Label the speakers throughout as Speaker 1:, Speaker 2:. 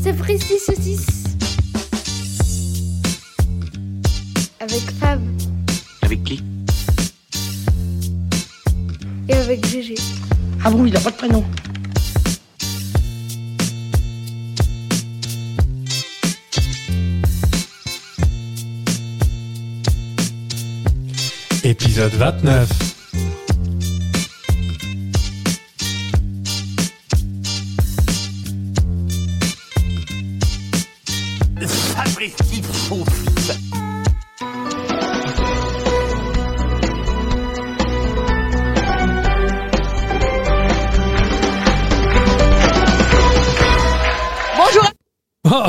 Speaker 1: C'est Prissy Saucisse. Avec Fab
Speaker 2: Avec qui
Speaker 1: et avec Gégé.
Speaker 3: Ah bon, il a pas de prénom.
Speaker 4: Épisode 29.
Speaker 2: Sapristi, son fils
Speaker 4: Oh,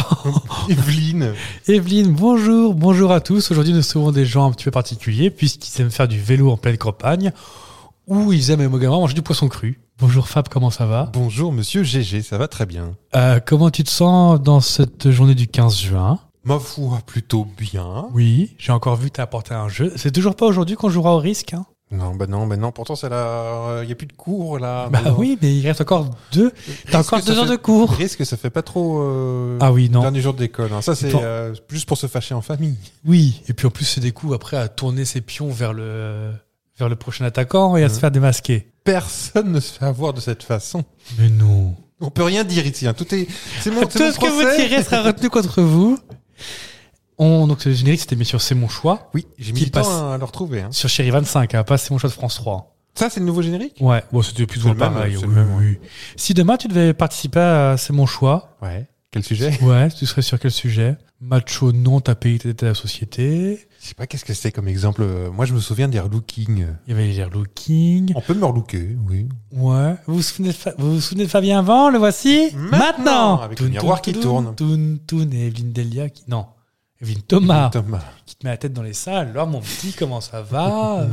Speaker 5: Evelyne.
Speaker 4: Evelyne, bonjour, bonjour à tous. Aujourd'hui, nous serons des gens un petit peu particuliers puisqu'ils aiment faire du vélo en pleine campagne ou ils aiment également manger du poisson cru. Bonjour Fab, comment ça va
Speaker 5: Bonjour monsieur GG, ça va très bien.
Speaker 4: Euh, Comment tu te sens dans cette journée du 15 juin
Speaker 5: Ma foi, plutôt bien.
Speaker 4: Oui, j'ai encore vu t'as apporté un jeu. C'est toujours pas aujourd'hui qu'on jouera au risque. Hein
Speaker 5: Non, bah non, bah non, pourtant c'est là, il y a plus de cours là.
Speaker 4: bah
Speaker 5: Ah non.
Speaker 4: oui, mais il reste encore deux. T'as
Speaker 5: Risque,
Speaker 4: encore
Speaker 5: ça
Speaker 4: deux heures
Speaker 5: fait-
Speaker 4: de cours.
Speaker 5: Risque, ça fait pas trop euh,
Speaker 4: Ah oui, non.
Speaker 5: dernier jour d'école. hein. Ça c'est
Speaker 4: Attends.
Speaker 5: euh, juste pour se fâcher en famille.
Speaker 4: Oui, et puis en plus, c'est des coups après à tourner ses pions vers le, vers le prochain attaquant et à se
Speaker 5: Mhm.
Speaker 4: faire démasquer.
Speaker 5: Personne ne se fait avoir de cette façon.
Speaker 4: Mais non.
Speaker 5: On peut rien dire ici. hein. Tout est, c'est mon, c'est
Speaker 4: Tout
Speaker 5: mon
Speaker 4: ce que vous
Speaker 5: français.
Speaker 4: tirez sera retenu contre vous. On, donc le générique, c'était bien sûr C'est mon choix.
Speaker 5: Oui,
Speaker 4: Qui
Speaker 5: j'ai mis du temps
Speaker 4: passe.
Speaker 5: à le retrouver. hein.
Speaker 4: Sur Chéri 25, hein, pas C'est mon choix de France 3.
Speaker 5: Ça c'est le nouveau générique.
Speaker 4: Ouais, bon, c'était plus ou moins
Speaker 5: C'est le même,
Speaker 4: pareil.
Speaker 5: c'est
Speaker 4: oui,
Speaker 5: le même,
Speaker 4: oui. Si demain tu devais participer à C'est mon choix,
Speaker 5: Ouais. Quel sujet
Speaker 4: ouais, tu serais sur quel sujet Macho, non, t'as payé t'étais à la société.
Speaker 5: Je sais pas qu'est-ce que c'est comme exemple. euh, Moi je me souviens des relooking.
Speaker 4: Il y avait les looking.
Speaker 5: On peut me relooker, oui.
Speaker 4: Ouais. Vous vous souvenez de, Fa- vous vous souvenez de Fabien Van, le voici
Speaker 5: Maintenant Avec le miroir qui tourne.
Speaker 4: Toun, toun, et Evelyne Delia qui. Non. Evelyne Thomas
Speaker 5: Thomas.
Speaker 4: qui te met la tête dans les salles. Alors, mon petit, comment ça va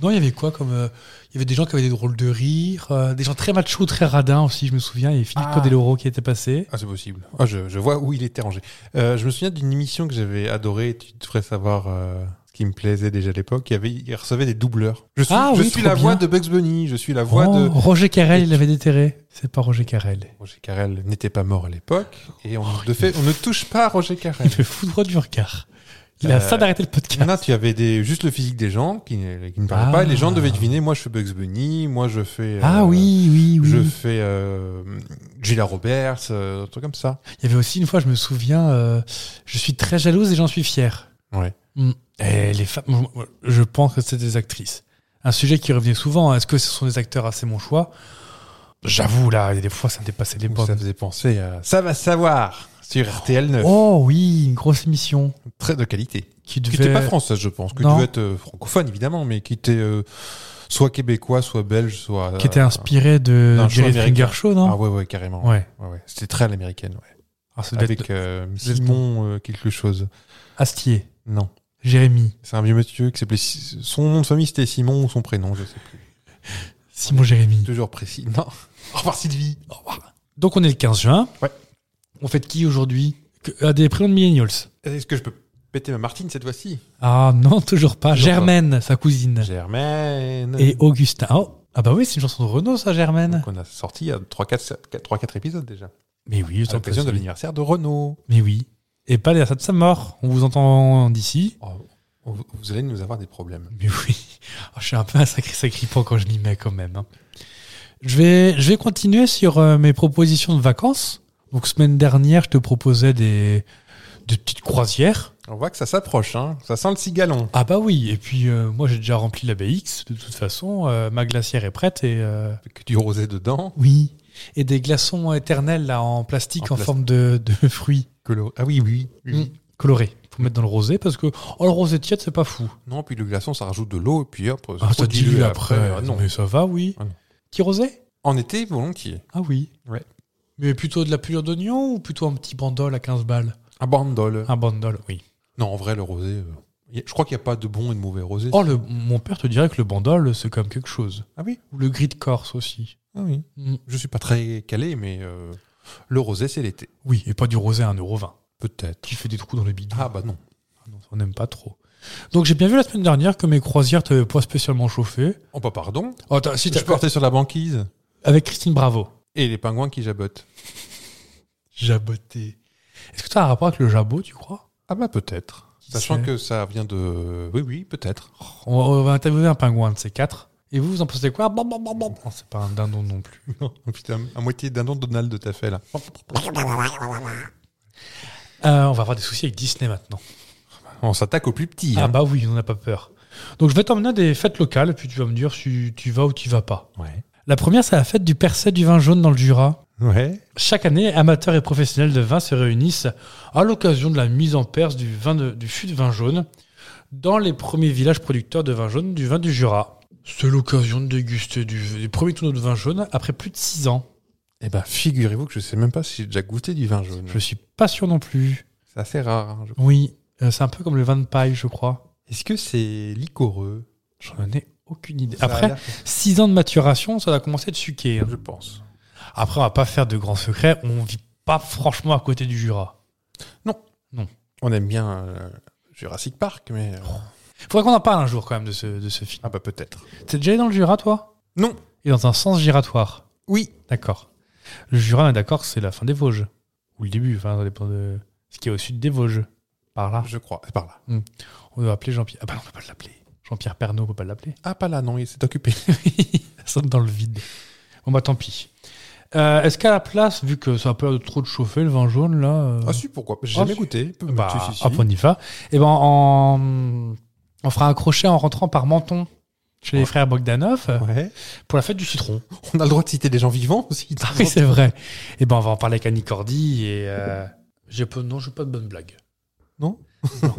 Speaker 4: Non, il y avait quoi comme. euh, Il y avait des gens qui avaient des drôles de rires, euh, des gens très machos, très radins aussi, je me souviens. Il y avait Philippe
Speaker 5: Ah.
Speaker 4: Codeloro qui était passé.
Speaker 5: Ah, c'est possible. Ah, je, je vois où il était rangé. Euh, je me souviens d'une émission que j'avais adorée. Tu devrais savoir euh, ce qui me plaisait déjà à l'époque. Il, y avait, il recevait des doubleurs. Je suis,
Speaker 4: Ah
Speaker 5: je
Speaker 4: oui,
Speaker 5: suis
Speaker 4: trop
Speaker 5: la voix
Speaker 4: bien.
Speaker 5: de Bugs Bunny. Je suis la voix
Speaker 4: Oh,
Speaker 5: de.
Speaker 4: Roger Carrel, il avait déterré. C'est pas Roger Carrel.
Speaker 5: Roger Carrel n'était pas mort à l'époque. Et on,
Speaker 4: Oh,
Speaker 5: de fait, on ne touche pas à Roger Carrel.
Speaker 4: Il me fout droit du regard. Il a
Speaker 5: Euh,
Speaker 4: ça d'arrêter le podcast.
Speaker 5: Là, tu avais des, juste le physique des gens qui, ne- qui ne parlaient
Speaker 4: Ah.
Speaker 5: pas. Et les gens devaient deviner. Moi, je fais Bugs Bunny. Moi, je fais. euh,
Speaker 4: ah oui, oui, oui.
Speaker 5: Je fais euh, Gila Roberts, euh, un truc comme ça.
Speaker 4: Il y avait aussi une fois, je me souviens, euh, je suis très jalouse et j'en suis fière.
Speaker 5: Ouais.
Speaker 4: Mm. Et les femmes, moi, moi, je pense que c'est des actrices. Un sujet qui revenait souvent, hein, est-ce que ce sont des acteurs assez mon choix J'avoue, là, il y a des fois, ça me dépassait les
Speaker 5: Ou
Speaker 4: bornes.
Speaker 5: Ça faisait penser à Ça va savoir sur RTL9.
Speaker 4: Oh oui, une grosse émission
Speaker 5: Très de qualité.
Speaker 4: qui
Speaker 5: Qui
Speaker 4: devait...
Speaker 5: n'était pas française, je pense, que
Speaker 4: Non.
Speaker 5: tu devait être euh, francophone, évidemment, mais qui était euh, soit québécois, soit belge, soit.
Speaker 4: qui était
Speaker 5: euh,
Speaker 4: inspirée de
Speaker 5: D'un show
Speaker 4: Jerry
Speaker 5: américain.
Speaker 4: Springer Show, non
Speaker 5: Ah ouais, ouais, carrément.
Speaker 4: Ouais.
Speaker 5: Ouais, ouais. C'était très à l'américaine, ouais.
Speaker 4: Ah, ça doit être
Speaker 5: Avec euh,
Speaker 4: Simon.
Speaker 5: Simon euh, quelque chose.
Speaker 4: Astier,
Speaker 5: Non.
Speaker 4: Jérémy,
Speaker 5: C'est un vieux monsieur qui s'appelait. Si- Son nom de famille, c'était Simon ou son prénom, je sais plus.
Speaker 4: Simon Jérémy.
Speaker 5: Toujours précis. Non. Au revoir, Sylvie.
Speaker 4: Au revoir. Donc on est le 15 juin.
Speaker 5: Ouais.
Speaker 4: On fait qui aujourd'hui Que- ah, Des prénoms de millennials.
Speaker 5: Est-ce que je peux péter ma Martine cette fois-ci
Speaker 4: Ah non, toujours pas.
Speaker 5: Toujours
Speaker 4: Germaine, sa cousine.
Speaker 5: Germaine.
Speaker 4: Et Augustin. Oh, Ah bah oui, c'est une chanson de Renaud, ça, Germaine.
Speaker 5: Donc on a sorti euh, il y a 3-4 épisodes déjà.
Speaker 4: mais oui,
Speaker 5: À l'occasion de
Speaker 4: possible.
Speaker 5: l'anniversaire de Renault.
Speaker 4: Mais oui. Et pas les ça de sa mort. On vous entend d'ici.
Speaker 5: Oh, vous allez nous avoir des problèmes.
Speaker 4: Mais oui. Oh, je suis un peu un sacré sacripant quand je m'y mets quand même. hein. Je, vais, je vais continuer sur euh, mes propositions de vacances. Donc semaine dernière, je te proposais des, des petites croisières.
Speaker 5: On voit que ça s'approche, hein. ça sent le cigalon.
Speaker 4: Ah bah oui, et puis euh, moi j'ai déjà rempli la BX, de toute façon, euh, ma glacière est prête et... euh,
Speaker 5: Avec du rosé dedans.
Speaker 4: Oui. Et des glaçons éternels là, en plastique en,
Speaker 5: En plastique.
Speaker 4: forme de, de fruits
Speaker 5: Coloré. Ah oui, oui. oui, oui.
Speaker 4: colorés. Faut mettre dans le rosé parce que oh, le rosé tiède, c'est pas fou.
Speaker 5: Non, puis le glaçon, ça rajoute de l'eau, et puis hop,
Speaker 4: Ah,
Speaker 5: trop
Speaker 4: ça
Speaker 5: dilué
Speaker 4: dilue après.
Speaker 5: Ah
Speaker 4: non.
Speaker 5: non.
Speaker 4: Mais ça va, oui.
Speaker 5: Ah non.
Speaker 4: Petit rosé
Speaker 5: En été, volontiers.
Speaker 4: Ah oui.
Speaker 5: Ouais.
Speaker 4: Mais plutôt de la pure d'oignon ou plutôt un petit bandol à 15 balles
Speaker 5: Un bandol.
Speaker 4: Un bandol, oui.
Speaker 5: Non, en vrai, le rosé. euh, y a- Je crois qu'il n'y a pas de bon et de mauvais rosé.
Speaker 4: Oh, le, mon père te dirait que le bandol, c'est comme quelque chose.
Speaker 5: Ah oui
Speaker 4: Ou le gris de Corse aussi.
Speaker 5: Ah oui.
Speaker 4: Mm.
Speaker 5: Je suis pas très calé, mais euh, le rosé, c'est l'été.
Speaker 4: Oui, et pas du rosé à 1,20€.
Speaker 5: Peut-être.
Speaker 4: Qui fait des trous dans le bidon.
Speaker 5: Ah bah non.
Speaker 4: Non, on n'aime pas trop. Donc j'ai bien vu la semaine dernière que mes croisières t'avaient pas spécialement chauffé.
Speaker 5: Oh bah pardon.
Speaker 4: Oh, t'as- si
Speaker 5: Je
Speaker 4: t'as-
Speaker 5: portais sur la banquise.
Speaker 4: avec Christine Bravo.
Speaker 5: Et les pingouins qui jabotent.
Speaker 4: Jaboté. Est-ce que tu as un rapport avec le jabot, tu crois
Speaker 5: Ah bah peut-être.
Speaker 4: Qui
Speaker 5: Sachant
Speaker 4: sait
Speaker 5: que ça vient de... Oui, oui, peut-être.
Speaker 4: on va, on va interviewer un pingouin de ces quatre. Et vous, vous en pensez quoi Bam, bam, bam, bam. Oh, C'est pas un dindon non plus.
Speaker 5: Non, putain, à moitié d'un nom Donald de ta fait, là.
Speaker 4: Euh, on va avoir des soucis avec Disney maintenant.
Speaker 5: On s'attaque aux plus petits.
Speaker 4: Ah
Speaker 5: hein.
Speaker 4: bah oui, on n'a pas peur. Donc je vais t'emmener à des fêtes locales, puis tu vas me dire si tu vas ou tu vas pas.
Speaker 5: bah, Ouais.
Speaker 4: La première, c'est la fête du percé du vin jaune dans le Jura.
Speaker 5: Ouais.
Speaker 4: Chaque année, amateurs et professionnels de vin se réunissent à l'occasion de la mise en perce du, vin de- du fût de vin jaune dans les premiers villages producteurs de vin jaune du vin du Jura. C'est l'occasion de déguster du, des premiers tonneaux de vin jaune après plus de 6 ans.
Speaker 5: Eh ben, figurez-vous que je sais même pas si j'ai déjà goûté du vin jaune.
Speaker 4: Je suis pas sûr non plus.
Speaker 5: C'est assez rare. hein, je-
Speaker 4: Oui, euh, c'est un peu comme le vin de paille, je crois.
Speaker 5: Est-ce que c'est licoreux
Speaker 4: J'en ai aucune idée.
Speaker 5: Ça a
Speaker 4: Après,
Speaker 5: l'air-
Speaker 4: 6 ans de maturation, ça va commencer de suquer. hein.
Speaker 5: je pense.
Speaker 4: Après, on va pas faire de grands secrets. On vit pas franchement à côté du Jura.
Speaker 5: On aime bien euh, Jurassic Park, mais... euh,
Speaker 4: Faudrait qu'on en parle un jour quand même de ce, de ce film.
Speaker 5: Ah bah peut-être.
Speaker 4: T'es déjà allé dans le Jura, toi
Speaker 5: Non.
Speaker 4: Et dans un sens giratoire.
Speaker 5: Oui.
Speaker 4: D'accord. Le Jura, on est d'accord, c'est la fin des Vosges. Ou le début, enfin, ça dépend de ce qui est au sud des Vosges. Par là.
Speaker 5: Ah, Je crois. C'est par là.
Speaker 4: On doit appeler Jean-Pierre. Ah bah non, on peut pas l'appeler. Jean-Pierre Pernaud, on peut pas l'appeler.
Speaker 5: Ah pas là, non, il s'est occupé.
Speaker 4: Ça sonne dans le vide. Bon bah tant pis. Euh, Est-ce qu'à la place, vu que ça a pas l'air de trop de chauffer le vin jaune là euh,
Speaker 5: Ah si, ah, pourquoi pas. J'ai
Speaker 4: Ah,
Speaker 5: jamais
Speaker 4: si.
Speaker 5: goûté.
Speaker 4: bah,
Speaker 5: Si, si, si.
Speaker 4: hop, on y va. Et ben en- on fera un crochet en rentrant par Menton chez les
Speaker 5: Ouais.
Speaker 4: frères Bogdanov euh,
Speaker 5: Ouais.
Speaker 4: pour la fête du citron.
Speaker 5: On a le droit de citer des gens vivants aussi.
Speaker 4: Ah oui, c'est vrai. Et ben, on va en parler avec Annie Cordy et. euh, J'ai peu... Non, j'ai pas de bonne blague.
Speaker 5: Non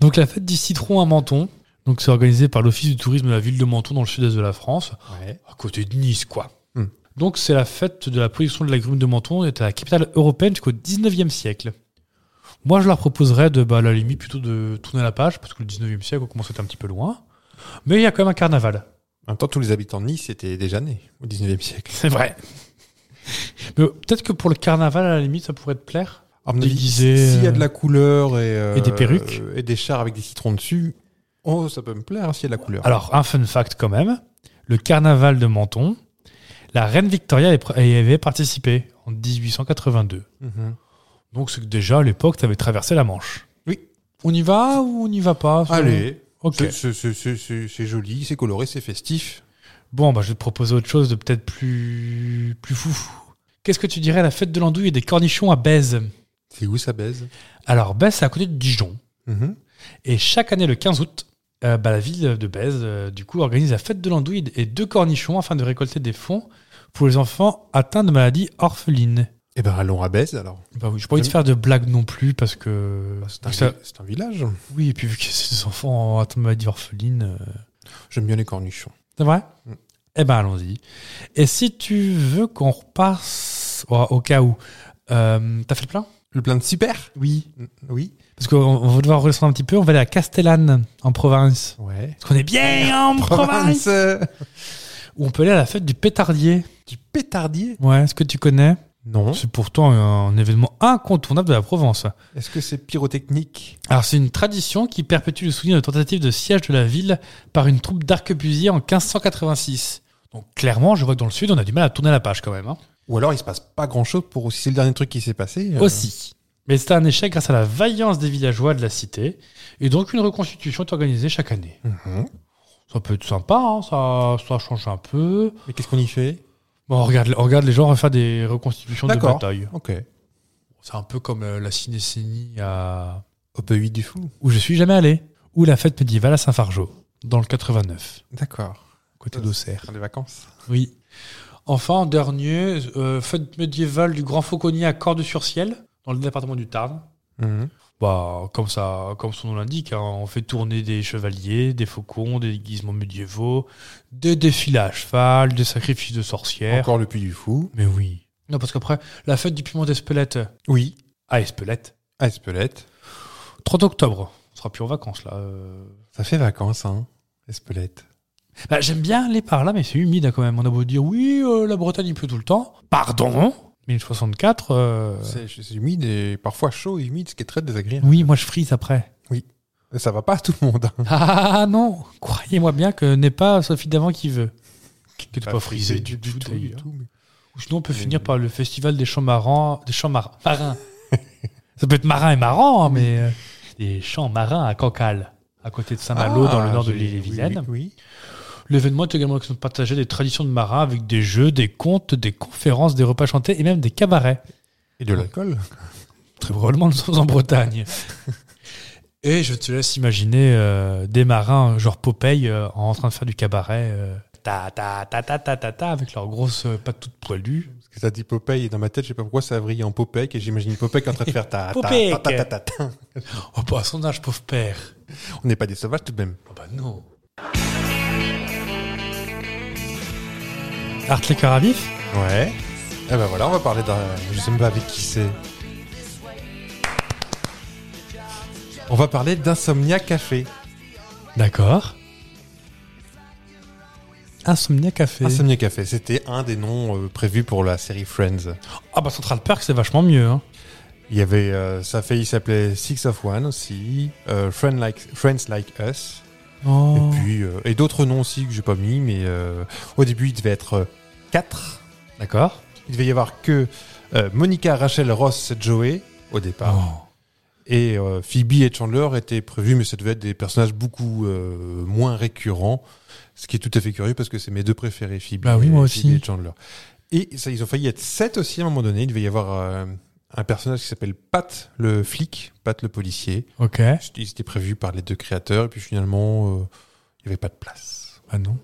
Speaker 4: Donc, la fête du citron à Menton. Donc, c'est organisé par l'Office du tourisme de la ville de Menton dans le sud-est de la France,
Speaker 5: Ouais.
Speaker 4: à côté de Nice, quoi.
Speaker 5: Hmm.
Speaker 4: Donc, c'est la fête de la production de la grume de Menton, est la capitale européenne jusqu'au 19e siècle. Moi, je leur proposerais de, bah, à la limite, plutôt de tourner la page, parce que le 19e siècle, on commence à être un petit peu loin. Mais il y a quand même un carnaval.
Speaker 5: En même temps, tous les habitants de Nice étaient déjà nés au 19e siècle.
Speaker 4: C'est vrai. Mais euh, peut-être que pour le carnaval, à la limite, ça pourrait te plaire.
Speaker 5: À mon avis,
Speaker 4: Déguisé,
Speaker 5: S'il y a
Speaker 4: euh,
Speaker 5: de la couleur et, euh,
Speaker 4: et des perruques.
Speaker 5: euh, et des chars avec des citrons dessus, oh, ça peut me plaire hein, s'il y a de la couleur.
Speaker 4: euh, Alors, un fun fact quand même, le carnaval de Menton, la reine Victoria y pr- y avait participé en 1882.
Speaker 5: Mhm.
Speaker 4: Donc c'est que déjà à l'époque, tu avais traversé la Manche.
Speaker 5: Oui.
Speaker 4: On y va ou on n'y va pas ça-
Speaker 5: Allez,
Speaker 4: Ok.
Speaker 5: c'est- c'est- c'est- c'est c'est- c'est joli, c'est coloré, c'est festif.
Speaker 4: Bon, bah, je vais te proposer autre chose de peut-être plus plus fou. Qu'est-ce que tu dirais à la fête de l'andouille et des cornichons à Bèze
Speaker 5: C'est où ça baise
Speaker 4: Alors Bèze, c'est à côté de Dijon.
Speaker 5: Mhm.
Speaker 4: Et chaque année, le 15 août, euh, bah, la ville de Bèze, euh, du coup, organise la fête de l'andouille et deux cornichons afin de récolter des fonds pour les enfants atteints de maladies orphelines.
Speaker 5: Eh ben allons à Baise alors. Bah,
Speaker 4: Bah oui, j'ai pas envie de faire de blagues non plus parce que.
Speaker 5: Ah, C'est un,
Speaker 4: Ça-
Speaker 5: vi- c'est un village.
Speaker 4: Oui, et puis vu que c'est des enfants en attente de maladie orpheline. euh,
Speaker 5: J'aime bien les cornichons.
Speaker 4: C'est vrai
Speaker 5: Mm.
Speaker 4: Eh ben allons-y. Et si tu veux qu'on repasse au, au cas où. euh, T'as fait le plein
Speaker 5: Le plein de super
Speaker 4: Oui.
Speaker 5: Oui.
Speaker 4: Parce qu'on on va devoir redescendre un petit peu, on va aller à Castellane, en province.
Speaker 5: Ouais.
Speaker 4: Parce qu'on est bien en province
Speaker 5: euh,
Speaker 4: Où on peut aller à la fête du pétardier.
Speaker 5: Du pétardier
Speaker 4: Ouais, est-ce que tu connais
Speaker 5: Non.
Speaker 4: C'est pourtant un événement incontournable de la Provence.
Speaker 5: Est-ce que c'est pyrotechnique
Speaker 4: Alors, c'est une tradition qui perpétue le souvenir de tentative de siège de la ville par une troupe d'arquebusiers en 1586. Donc, clairement, je vois que dans le sud, on a du mal à tourner la page quand même. hein.
Speaker 5: Ou alors il se passe pas grand chose pour si c'est le dernier truc qui s'est passé euh,
Speaker 4: Aussi. Mais c'était un échec grâce à la vaillance des villageois de la cité. Et donc, une reconstitution est organisée chaque année.
Speaker 5: Mhm.
Speaker 4: Ça peut être sympa, hein, ça, ça change un peu.
Speaker 5: Mais qu'est-ce qu'on y fait
Speaker 4: Bon, on regarde, on regarde les gens refaire des reconstitutions de
Speaker 5: D'accord.
Speaker 4: bataille.
Speaker 5: Ok.
Speaker 4: C'est un peu comme euh, la cinécénie à...
Speaker 5: Au pays du fou.
Speaker 4: où je suis jamais allé, ou la fête médiévale à Saint-Fargeau, dans le 89,
Speaker 5: D'accord.
Speaker 4: côté
Speaker 5: Euh,
Speaker 4: d'Auxerre.
Speaker 5: Les vacances.
Speaker 4: Oui. Enfin, en dernier, euh, fête médiévale du Grand Fauconnier à Cordes-sur-Ciel, dans le département du Tarn.
Speaker 5: Mhm.
Speaker 4: Bah, comme ça, comme son nom l'indique, hein, on fait tourner des chevaliers, des faucons, des déguisements médiévaux, des défilés à cheval, des sacrifices de sorcières.
Speaker 5: Encore le pays du fou.
Speaker 4: Mais oui. Non, parce qu'après, la fête du piment d'Espelette.
Speaker 5: Oui.
Speaker 4: Ah, Espelette.
Speaker 5: À Espelette.
Speaker 4: 30 octobre. On sera plus en vacances, là. euh.
Speaker 5: Ça fait vacances, hein. Espelette.
Speaker 4: Bah, J'aime bien aller par là, mais c'est humide hein, quand même. On a beau dire, oui, euh, la Bretagne, il pleut tout le temps. Pardon 1064. euh,
Speaker 5: C'est c'est humide et parfois chaud et humide, ce qui est très désagréable.
Speaker 4: Oui, moi, je frise après.
Speaker 5: Ça va pas à tout le monde. hein.
Speaker 4: Ah non Croyez-moi bien que n'est pas Sophie Davant qui veut. Qui n'est pas, frisée du, tout,
Speaker 5: du
Speaker 4: d'ailleurs.
Speaker 5: tout, mais-
Speaker 4: Ou sinon, on peut finir par le festival des champs marins. Des champs mar- marins. Ça peut être marin et marrant, hein, mais euh, des champs marins à Cancale, à côté de Saint-Malo, dans le nord de
Speaker 5: Ah, j'ai-
Speaker 4: l'île et Vilaine.
Speaker 5: Oui, oui,
Speaker 4: L'événement est également l'occasion de partager des traditions de marins avec des jeux, des contes, des conférences, des repas chantés et même des cabarets.
Speaker 5: Et de l'alcool.
Speaker 4: Très probablement, nous sommes en Bretagne. Et je te laisse imaginer euh, des marins, genre Popeye, euh, en train de faire du cabaret. euh, ta, ta, ta, ta, ta, ta, ta, avec leurs grosses euh, pattes toutes poilues.
Speaker 5: Parce que ça dit Popeye et dans ma tête, je sais pas pourquoi ça a vrillé en Popeye et j'imagine Popeye en train de faire ta ta
Speaker 4: Popeye.
Speaker 5: ta ta ta, ta, ta.
Speaker 4: Oh, pas à son âge, pauvre père.
Speaker 5: On n'est pas des sauvages tout de même.
Speaker 4: Oh, bah non. Art les Cœurs à vif
Speaker 5: Ouais. Eh ben voilà, on va parler d'un. Je sais même pas avec qui c'est. On va parler d'Insomnia Café.
Speaker 4: D'accord. Insomnia Café.
Speaker 5: Insomnia Café, c'était un des noms euh, prévus pour la série Friends.
Speaker 4: Ah bah Central Park, c'est vachement mieux. hein.
Speaker 5: Il y avait, euh, ça fait, il s'appelait Six of One aussi, euh, Friend like, Friends Like Us,
Speaker 4: Oh.
Speaker 5: et puis euh, et d'autres noms aussi que j'ai pas mis, mais euh, au début il devait être 4.
Speaker 4: D'accord.
Speaker 5: Il devait y avoir que euh, Monica, Rachel, Ross, Joey au départ. Et euh, Phoebe et Chandler étaient prévus, mais ça devait être des personnages beaucoup euh, moins récurrents, ce qui est tout à fait curieux parce que c'est mes deux préférés, Phoebe,
Speaker 4: Bah oui,
Speaker 5: et,
Speaker 4: moi
Speaker 5: Phoebe
Speaker 4: aussi.
Speaker 5: et Chandler. Et ça, ils ont failli être sept aussi à un moment donné. Il devait y avoir euh, un personnage qui s'appelle Pat le flic, Pat le policier.
Speaker 4: Oh. Ok. Ah
Speaker 5: C'était- C'était prévu par les deux créateurs, et puis finalement, euh, il n'y avait pas de place.
Speaker 4: Ah, non.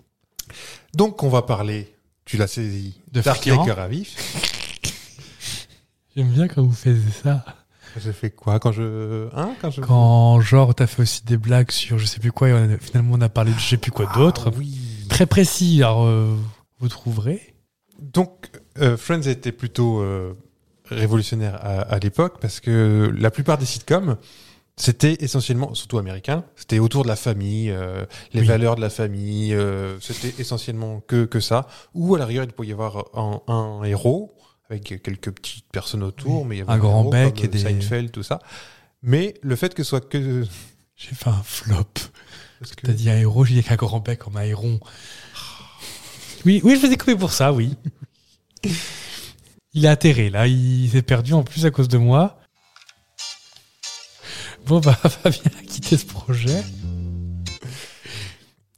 Speaker 5: Donc on va parler, tu l'as saisi,
Speaker 4: De
Speaker 5: d'Art
Speaker 4: flic errant.
Speaker 5: Laker à vif.
Speaker 4: J'aime bien quand vous faites ça.
Speaker 5: J'ai fait quoi quand je... Hein, quand je...
Speaker 4: Quand, genre, t'as fait aussi des blagues sur je sais plus quoi, et on a- finalement on a parlé de je sais plus quoi d'autre.
Speaker 5: Ah oui.
Speaker 4: Très précis, alors euh, vous trouverez.
Speaker 5: Donc, euh, Friends était plutôt euh, révolutionnaire à, à l'époque parce que la plupart des sitcoms, c'était essentiellement, surtout américain, c'était autour de la famille, euh, les
Speaker 4: Oui.
Speaker 5: valeurs de la famille, euh, c'était essentiellement que, que ça. Ou à la rigueur, il pouvait y avoir un, un héros avec quelques petites personnes autour,
Speaker 4: Oui.
Speaker 5: mais il y avait
Speaker 4: Un grand
Speaker 5: héros
Speaker 4: bec
Speaker 5: comme
Speaker 4: et des-
Speaker 5: Seinfeld, tout ça. Mais le fait que ce soit que.
Speaker 4: J'ai fait un flop.
Speaker 5: parce que-
Speaker 4: T'as dit un héros, j'ai dit qu'un grand bec comme un héron. Oui, oui, je vous ai coupé pour ça, oui. Il a atterré, là, il s'est perdu en plus à cause de moi. Bon, bah, Fabien a quitté ce projet.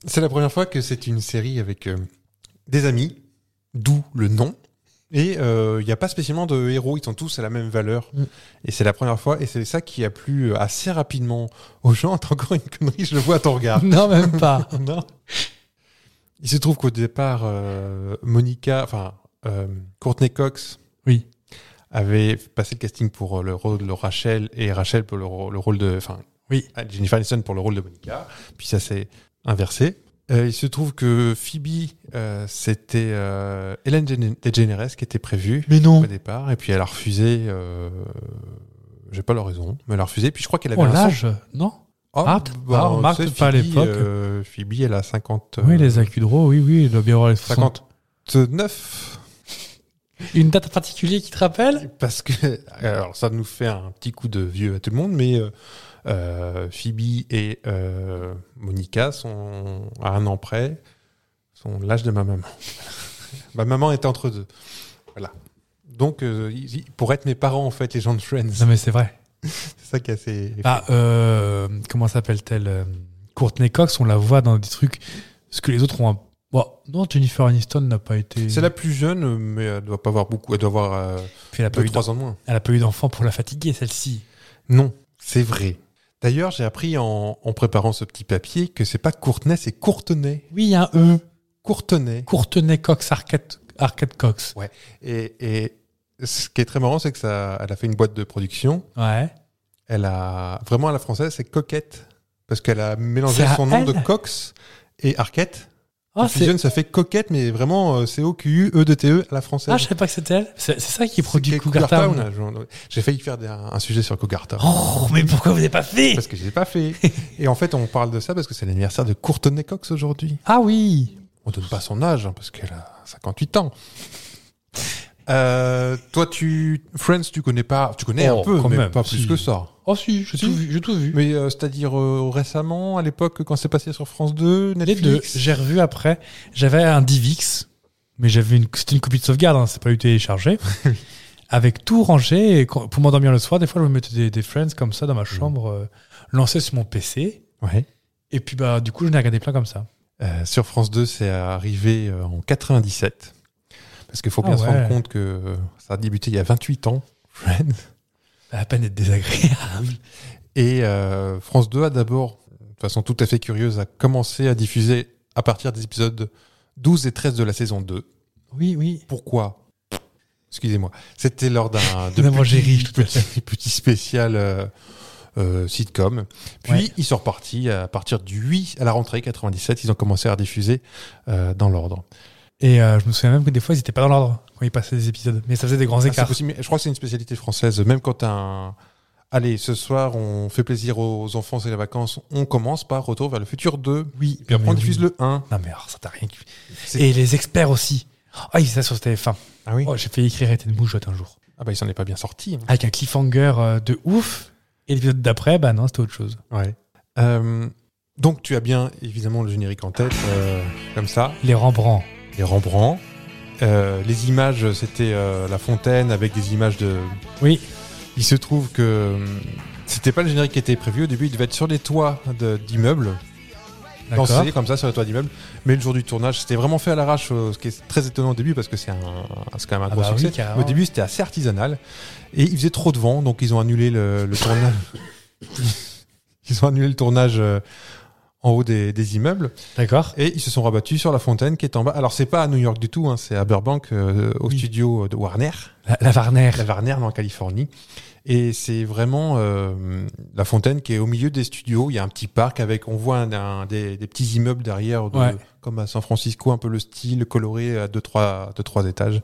Speaker 5: C'est la première fois que c'est une série avec euh, des amis, d'où le nom. Et euh, il n'y a pas spécialement de héros, ils sont tous à la même valeur.
Speaker 4: Mm.
Speaker 5: Et c'est la première fois, et c'est ça qui a plu euh, assez rapidement aux gens. T'as encore une connerie, je le vois à ton regard.
Speaker 4: Non, même pas.
Speaker 5: Ah. non. Il se trouve qu'au départ, euh, Monica, enfin, euh, Courtney Cox
Speaker 4: Oui.
Speaker 5: avait passé le casting pour euh, le rôle de Rachel et Rachel pour le, rô- le rôle de. Enfin, ah,
Speaker 4: Oui.
Speaker 5: Jennifer Aniston pour le rôle de Monica. Puis ça s'est inversé. Euh, il se trouve que Phoebe, euh, c'était euh, Hélène Degen- DeGeneres qui était prévue
Speaker 4: Mais non.
Speaker 5: au départ. Et puis elle a refusé. Euh, J'ai pas leur raison, mais elle a refusé. Puis je crois qu'elle avait
Speaker 4: Oh,
Speaker 5: un son-
Speaker 4: l'âge, non
Speaker 5: Oh,
Speaker 4: Ah, ah, on
Speaker 5: tu
Speaker 4: marque
Speaker 5: sais,
Speaker 4: pas à
Speaker 5: Phoebe,
Speaker 4: l'époque.
Speaker 5: euh, Phoebe, elle a 50. euh,
Speaker 4: Oui, les acudros, oui, oui, il doit bien avoir les 60.
Speaker 5: 59.
Speaker 4: Une date particulière qui te rappelle
Speaker 5: Parce que, alors ça nous fait un petit coup de vieux à tout le monde, mais euh, euh, Phoebe et euh, Monica sont à un an près, sont l'âge de ma maman. ma maman était entre deux. Voilà. Donc, euh, ils- ils- pour être mes parents, en fait, les gens de Friends,
Speaker 4: Non, mais c'est vrai.
Speaker 5: c'est ça qui est assez.
Speaker 4: Bah, euh, comment s'appelle-t-elle euh, Courtney Cox, on la voit dans des trucs. Ce que les autres ont. un- Bon, non, Jennifer Aniston n'a pas été.
Speaker 5: C'est la plus jeune, mais elle doit pas avoir beaucoup. Elle doit avoir euh,
Speaker 4: Puis elle, a pas eu
Speaker 5: deux,
Speaker 4: d'en-
Speaker 5: trois ans de moins.
Speaker 4: elle a pas eu d'enfant pour la fatiguer, celle-ci.
Speaker 5: Non, c'est vrai. D'ailleurs, j'ai appris en, en préparant ce petit papier que c'est pas Courtenay, c'est Courtenay.
Speaker 4: Oui, il y a un E.
Speaker 5: Courtenay.
Speaker 4: Courtenay Cox, Arquette, Arquette Cox.
Speaker 5: Et, et ce qui est très marrant, c'est que ça, elle a fait une boîte de production.
Speaker 4: Ouais. Ah,
Speaker 5: Elle a vraiment à la française, c'est coquette parce qu'elle a mélangé
Speaker 4: C'est à
Speaker 5: son nom de
Speaker 4: elle
Speaker 5: Cox et Arquette.
Speaker 4: Ah,
Speaker 5: Plus
Speaker 4: c'est.
Speaker 5: jeune, ça fait coquette, mais vraiment euh, c'est O Q U E D T E à la française.
Speaker 4: Ah, je savais pas que c'était elle. C'est c'est ça qui
Speaker 5: C'est
Speaker 4: produit
Speaker 5: quelque-
Speaker 4: Cougar
Speaker 5: Cougar
Speaker 4: Town.
Speaker 5: Town, là, je- J'ai failli faire des- un un sujet sur Cougar Town.
Speaker 4: Oh, mais pourquoi vous n'avez pas fait
Speaker 5: Parce que je l'ai pas fait. Et en fait, on parle de ça parce que c'est l'anniversaire de Courtenay Cox aujourd'hui.
Speaker 4: Ah oui
Speaker 5: On donne pas son âge hein, parce qu'elle a 58 ans. Euh, toi, tu Friends, tu connais pas, tu connais
Speaker 4: Oh,
Speaker 5: un peu,
Speaker 4: quand
Speaker 5: mais
Speaker 4: même,
Speaker 5: pas
Speaker 4: si.
Speaker 5: plus que ça.
Speaker 4: Oh, si, j'ai
Speaker 5: Si.
Speaker 4: tout vu. j'ai tout vu.
Speaker 5: Mais euh, c'est-à-dire euh, récemment, à l'époque, quand c'est passé sur France 2,
Speaker 4: Les deux.
Speaker 5: Netflix.
Speaker 4: J'ai revu après. J'avais un Divix. mais j'avais une, c'était une copie de sauvegarde, hein, c'est pas eu téléchargé, avec tout rangé. Et quand- pour m'endormir le soir, des fois, je me mettais des, des Friends comme ça dans ma chambre, euh, lancés sur mon PC.
Speaker 5: Ouais.
Speaker 4: Et puis, bah, du coup, je n'ai regardé plein comme ça.
Speaker 5: Euh, sur France 2, c'est arrivé euh, en 97. Parce qu'il faut
Speaker 4: Ah
Speaker 5: bien se
Speaker 4: ouais.
Speaker 5: rendre compte que euh, ça a débuté il y a 28 ans, Friends.
Speaker 4: À la peine d'être désagréable.
Speaker 5: Et euh, France 2 a d'abord, de façon tout à fait curieuse, a commencé à diffuser à partir des épisodes 12 et 13 de la saison 2.
Speaker 4: Oui, oui.
Speaker 5: Pourquoi Excusez-moi. C'était lors d'un de
Speaker 4: D'abord, j'ai ri tout à
Speaker 5: petit, petit spécial euh, euh, sitcom. Puis
Speaker 4: Ouais.
Speaker 5: ils sont repartis à partir du 8 à la rentrée 97. Ils ont commencé à rediffuser euh, dans l'ordre.
Speaker 4: Et euh, je me souviens même que des fois, ils étaient pas dans l'ordre quand ils passaient des épisodes, mais ça faisait des grands
Speaker 5: Ah, c'est
Speaker 4: écarts.
Speaker 5: possible, mais je crois que c'est une spécialité française. Même quand un Allez, ce soir, on fait plaisir aux enfants, c'est les vacances. On commence par Retour vers le futur 2.
Speaker 4: oui,
Speaker 5: Puis après,
Speaker 4: mais
Speaker 5: on
Speaker 4: oui.
Speaker 5: diffuse le 1.
Speaker 4: Non, mais alors, ça t'a rien. cu-
Speaker 5: C'est-
Speaker 4: Et les experts aussi. Ah, ils étaient sur TF1.
Speaker 5: Ah oui
Speaker 4: Oh, j'ai fait écrire Arrêtez de mouchotte un jour.
Speaker 5: Ah bah, il s'en est pas bien sorti. hein.
Speaker 4: Avec un cliffhanger euh, de ouf. Et l'épisode d'après, bah non, c'était autre chose.
Speaker 5: Ouais. hein. Euh, donc, tu as bien, évidemment, le générique en tête, euh, comme ça.
Speaker 4: Les Rembrandts.
Speaker 5: les Rembrandt. Euh, les images, c'était euh, la fontaine avec des images de.
Speaker 4: Oui.
Speaker 5: Il se trouve que euh, c'était pas le générique qui était prévu au début. Il devait être sur les toits de- d'immeubles,
Speaker 4: D'accord.
Speaker 5: lancé comme ça sur les toits d'immeubles. Mais le jour du tournage, c'était vraiment fait à l'arrache, euh, ce qui est très étonnant au début parce que c'est un, c'est quand même un
Speaker 4: Ah
Speaker 5: gros
Speaker 4: bah oui,
Speaker 5: succès.
Speaker 4: carrément.
Speaker 5: au début, c'était assez artisanal et il faisait trop de vent, donc ils ont annulé le, le tournage. ils ont annulé le tournage euh, en haut des- des immeubles.
Speaker 4: D'accord.
Speaker 5: Et ils se sont rabattus sur la fontaine qui est en bas. Alors c'est pas à New York du tout, hein, c'est à Burbank, euh, au
Speaker 4: Oui.
Speaker 5: studio de Warner,
Speaker 4: La, la Warner.
Speaker 5: la Warner en Californie. Et c'est vraiment euh, la fontaine qui est au milieu des studios. Il y a un petit parc avec, on voit un, un- des, des petits immeubles derrière, de-
Speaker 4: Ouais.
Speaker 5: comme à San Francisco, un peu le style coloré à deux trois, deux, trois étages.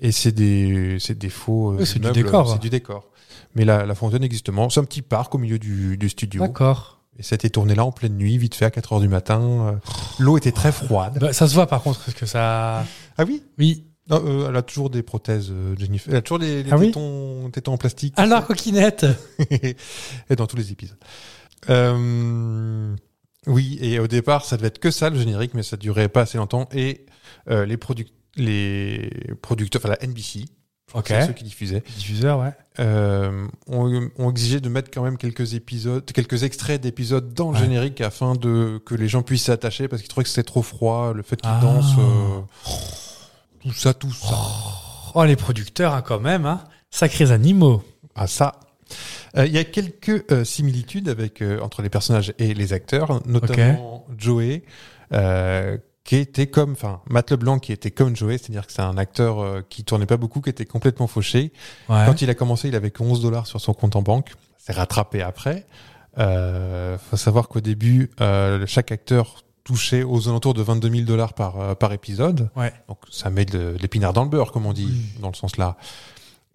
Speaker 5: Et c'est des, c'est des faux euh,
Speaker 4: Oui, c'est du
Speaker 5: immeubles,
Speaker 4: décor. hein.
Speaker 5: C'est du décor. Mais la, la fontaine existe justement. C'est un petit parc au milieu du, du studio.
Speaker 4: D'accord.
Speaker 5: Et ça a été tourné là en pleine nuit, vite fait à 4 heures du matin. Euh, L'eau était très froide.
Speaker 4: Bah, ça se voit par contre, parce que ça.
Speaker 5: Ah oui
Speaker 4: Oui.
Speaker 5: Non, euh, Elle a toujours des prothèses, euh, Jennifer. Elle a toujours des, des
Speaker 4: Ah oui Ah.
Speaker 5: tétons, tétons en plastique.
Speaker 4: Alors, coquinette
Speaker 5: et dans tous les épisodes. Euh, oui, et au départ, ça devait être que ça, le générique, mais ça durait pas assez longtemps. Et euh, les, produc- les producteurs, enfin la NBC,
Speaker 4: Ok.
Speaker 5: c'est ceux qui diffusaient,
Speaker 4: Diffuseur, ouais.
Speaker 5: euh, ont, ont exigé de mettre quand même quelques épisodes, quelques extraits d'épisodes dans le
Speaker 4: Ouais.
Speaker 5: générique afin de que les gens puissent s'attacher parce qu'ils trouvaient que c'était trop froid, le fait qu'ils
Speaker 4: Ah.
Speaker 5: dansent, euh, tout ça, tout ça.
Speaker 4: Oh, les producteurs, hein, quand même. Hein. Sacrés animaux.
Speaker 5: Ah ça. Euh, Il y a quelques euh, similitudes avec, euh, entre les personnages et les acteurs, notamment Joey, euh, qui était comme, enfin, Matt LeBlanc qui était comme Joey, c'est-à-dire que c'est un acteur euh, qui tournait pas beaucoup, qui était complètement fauché.
Speaker 4: Ouais.
Speaker 5: Quand il a commencé, il avait que 11 dollars sur son compte en banque. C'est rattrapé après. Euh, faut savoir qu'au début, euh, chaque acteur touchait aux alentours de 22 000 dollars par, euh, par épisode.
Speaker 4: Ouais.
Speaker 5: Donc ça met de, de l'épinard dans le beurre, comme on dit,
Speaker 4: Oui.
Speaker 5: dans le sens là.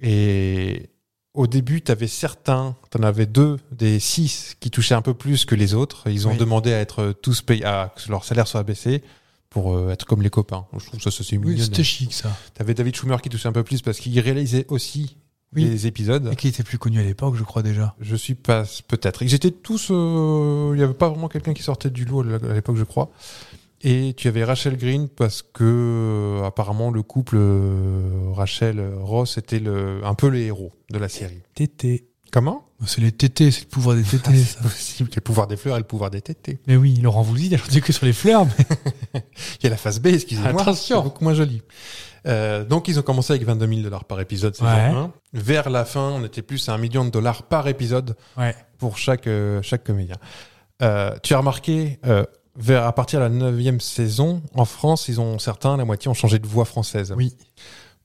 Speaker 5: Et au début, tu avais certains, tu en avais deux des six qui touchaient un peu plus que les autres. Ils ont
Speaker 4: Oui.
Speaker 5: demandé à être tous payés, à que leur salaire soit abaissé pour euh, être comme les copains. Je trouve ça, ça c'est mignon.
Speaker 4: c'était chic, ça.
Speaker 5: T'avais David Schumer qui touchait un peu plus parce qu'il réalisait aussi
Speaker 4: Oui.
Speaker 5: les épisodes.
Speaker 4: Et qui était plus connu à l'époque, je crois déjà.
Speaker 5: Je suis pas peut-être. Ils étaient tous. euh, Il y avait pas vraiment quelqu'un qui sortait du lot à l'époque, je crois. Et tu avais Rachel Green parce que euh, apparemment le couple euh, Rachel euh, Ross était le, un peu les héros de la série.
Speaker 4: Tété.
Speaker 5: Comment
Speaker 4: C'est les tétés, c'est le pouvoir des tétés, ça.
Speaker 5: Possible. Le pouvoir des fleurs et le pouvoir des tétés.
Speaker 4: Mais oui, Laurent Voulzy, il a chanté que sur les fleurs. mais-
Speaker 5: Il y a la phase B, excusez-moi.
Speaker 4: Attention.
Speaker 5: C'est beaucoup moins joli. Euh, donc, ils ont commencé avec 22 000 dollars par épisode, saison
Speaker 4: Ouais.
Speaker 5: 1. Vers la fin, on était plus à 1 million de dollars par épisode
Speaker 4: Ouais.
Speaker 5: pour chaque, euh, chaque comédien. Euh, tu as remarqué, euh, vers, à partir de la 9 saison, en France, ils ont, certains, la moitié, ont changé de voix française.
Speaker 4: Oui.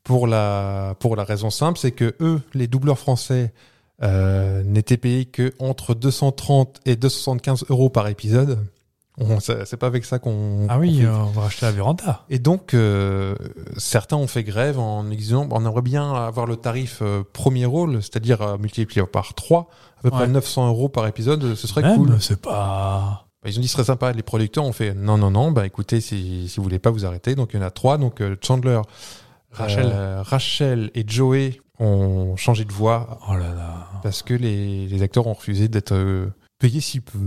Speaker 5: Pour la, pour la raison simple, c'est que eux, les doubleurs français, euh, n'étaient payés que entre 230 et 275 euros par épisode. On- C'est c'est pas avec ça qu'on.
Speaker 4: Ah
Speaker 5: qu'on
Speaker 4: oui,
Speaker 5: fait
Speaker 4: euh, on va racheter la véranda.
Speaker 5: et donc, euh, certains ont fait grève en exigeant on aimerait bien avoir le tarif euh, premier rôle, c'est-à-dire euh, multiplié par 3, à peu près
Speaker 4: Ouais.
Speaker 5: 900 euros par épisode, ce serait
Speaker 4: Même,
Speaker 5: cool.
Speaker 4: c'est pas.
Speaker 5: Bah, Ils ont dit ce serait sympa. Les producteurs ont fait non, non, non, bah écoutez, si, si vous voulez pas vous arrêter, donc il y en a 3, donc euh, Chandler,
Speaker 4: Rachel.
Speaker 5: euh, Rachel et Joey ont changé de voix
Speaker 4: Oh là là.
Speaker 5: parce que les, les acteurs ont refusé d'être euh, payés si peu.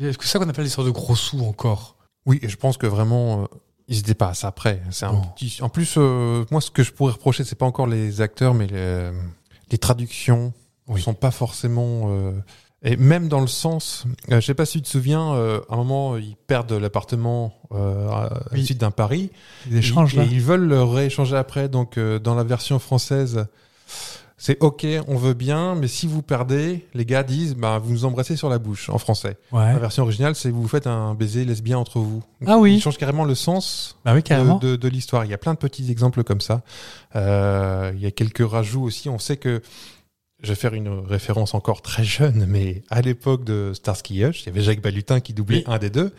Speaker 4: Est-ce que c'est ça qu'on appelle l'histoire de gros sous encore
Speaker 5: Oui, et je pense que vraiment, euh, Ils étaient pas à ça près. C'est un
Speaker 4: Bon.
Speaker 5: petit- En plus, euh, moi, ce que je pourrais reprocher, c'est pas encore les acteurs, mais les, euh, les traductions
Speaker 4: Oui.
Speaker 5: sont pas forcément. euh, Et même dans le sens, euh, je sais pas si tu te souviens, euh, à un moment, ils perdent l'appartement euh, à la
Speaker 4: Oui.
Speaker 5: suite d'un pari.
Speaker 4: Ils échangent
Speaker 5: Ils-
Speaker 4: là.
Speaker 5: Et ils veulent le rééchanger après. Donc, euh, dans la version française, c'est OK, on veut bien, mais si vous perdez, les gars disent, bah, vous nous embrassez sur la bouche en français.
Speaker 4: Ouais.
Speaker 5: La version originale, c'est vous faites un baiser lesbien entre vous.
Speaker 4: Ah oui.
Speaker 5: Ils changent carrément le sens
Speaker 4: Bah oui,
Speaker 5: de,
Speaker 4: carrément.
Speaker 5: Euh, de- de l'histoire. Il y a plein de petits exemples comme ça. Euh, il y a quelques rajouts aussi. On sait que, je vais faire une référence encore très jeune, mais à l'époque de Starsky et Hutch, il y avait Jacques Balutin qui doublait un des deux.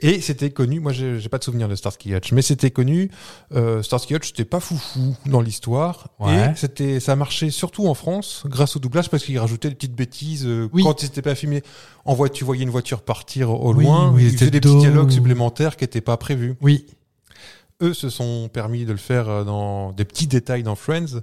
Speaker 5: Et c'était connu, moi j'ai j'ai pas de souvenir de Starsky et Hutch, mais c'était connu, euh, Starsky et Hutch c'était pas foufou dans l'histoire,
Speaker 4: Ouais.
Speaker 5: et c'était ça marchait surtout en France grâce au doublage parce qu'ils rajoutaient des petites bêtises euh,
Speaker 4: Oui.
Speaker 5: quand c'était pas filmé. En voie, tu voyais une voiture partir au
Speaker 4: Oui,
Speaker 5: loin,
Speaker 4: oui,
Speaker 5: ils faisaient
Speaker 4: c'était
Speaker 5: des petits
Speaker 4: dos.
Speaker 5: dialogues supplémentaires qui n'étaient pas prévus
Speaker 4: Oui.
Speaker 5: eux se sont permis de le faire euh, dans des petits détails dans Friends.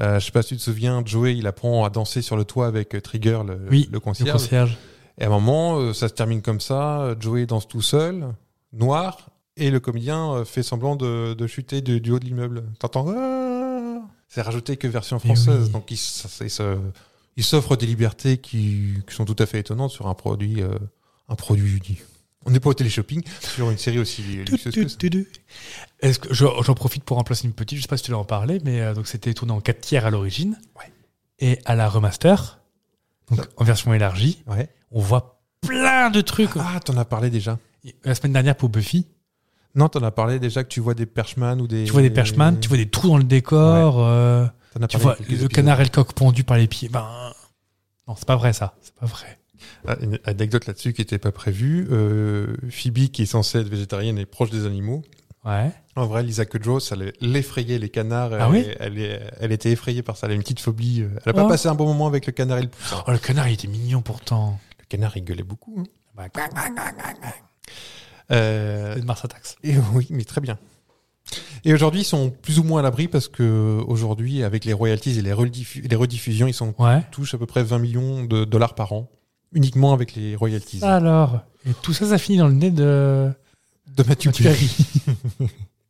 Speaker 5: Euh, je sais pas si tu te souviens, Joey, il apprend à danser sur le toit avec euh, Trigger, le,
Speaker 4: Oui,
Speaker 5: le
Speaker 4: Le
Speaker 5: concierge.
Speaker 4: concierge.
Speaker 5: Et à un moment, euh, ça se termine comme ça. euh, Joey danse tout seul, noir, et le comédien euh, fait semblant de, de chuter du, du haut de l'immeuble. T'entends Ah C'est rajouté que version
Speaker 4: Mais
Speaker 5: française.
Speaker 4: Eh oui.
Speaker 5: Donc, il s- c'est ce- il s'offre des libertés qui, qui sont tout à fait étonnantes sur un produit. euh, un produit On n'est pas au télé-shopping, sur une série aussi
Speaker 4: Tout,
Speaker 5: luxueuse
Speaker 4: tout,
Speaker 5: que ça.
Speaker 4: tout, tout. Est-ce que je- j'en profite pour remplacer une petite, je sais pas si tu l'as en parlé, mais euh, donc c'était tourné en 4 tiers à l'origine
Speaker 5: Ouais.
Speaker 4: et à la remaster, donc en version élargie,
Speaker 5: Ouais.
Speaker 4: on voit plein de trucs.
Speaker 5: Ah, t'en as parlé déjà.
Speaker 4: La semaine dernière pour Buffy,
Speaker 5: Non, t'en as parlé déjà que tu vois des perchman ou des.
Speaker 4: tu vois des perchemans, tu vois des trous dans le décor, euh,
Speaker 5: T'en as
Speaker 4: tu vois
Speaker 5: parlé il y a quelques
Speaker 4: le
Speaker 5: épisodes.
Speaker 4: canard et le coq pendu par les pieds. Ben non, c'est pas vrai ça, c'est pas vrai.
Speaker 5: Ah, une anecdote là-dessus qui n'était pas prévue. Euh, Phoebe, qui est censée être végétarienne et proche des animaux.
Speaker 4: Ouais.
Speaker 5: En vrai, Lisa Kudrow, ça l'est- l'effrayait, les canards.
Speaker 4: Ah
Speaker 5: elle,
Speaker 4: oui
Speaker 5: elle, est- elle était effrayée par ça. Elle a une petite phobie. euh, Elle a pas
Speaker 4: Oh.
Speaker 5: passé un bon moment avec le canard et le poussin.
Speaker 4: Oh le canard il était mignon pourtant.
Speaker 5: Le canard, il gueulait beaucoup. hein.
Speaker 4: Bah, quack, quack, quack, quack, quack.
Speaker 5: Euh,
Speaker 4: C'est de Mars Attacks.
Speaker 5: Et oui, mais très bien. Et aujourd'hui, ils sont plus ou moins à l'abri parce que aujourd'hui, avec les royalties et les, rediffu- les rediffusions, ils sont
Speaker 4: Ouais.
Speaker 5: touche à peu près 20 millions de dollars par an, uniquement avec les royalties
Speaker 4: Alors, et tout ça, ça finit dans le nez de.
Speaker 5: de Mathieu
Speaker 4: Mathieu
Speaker 5: Perry.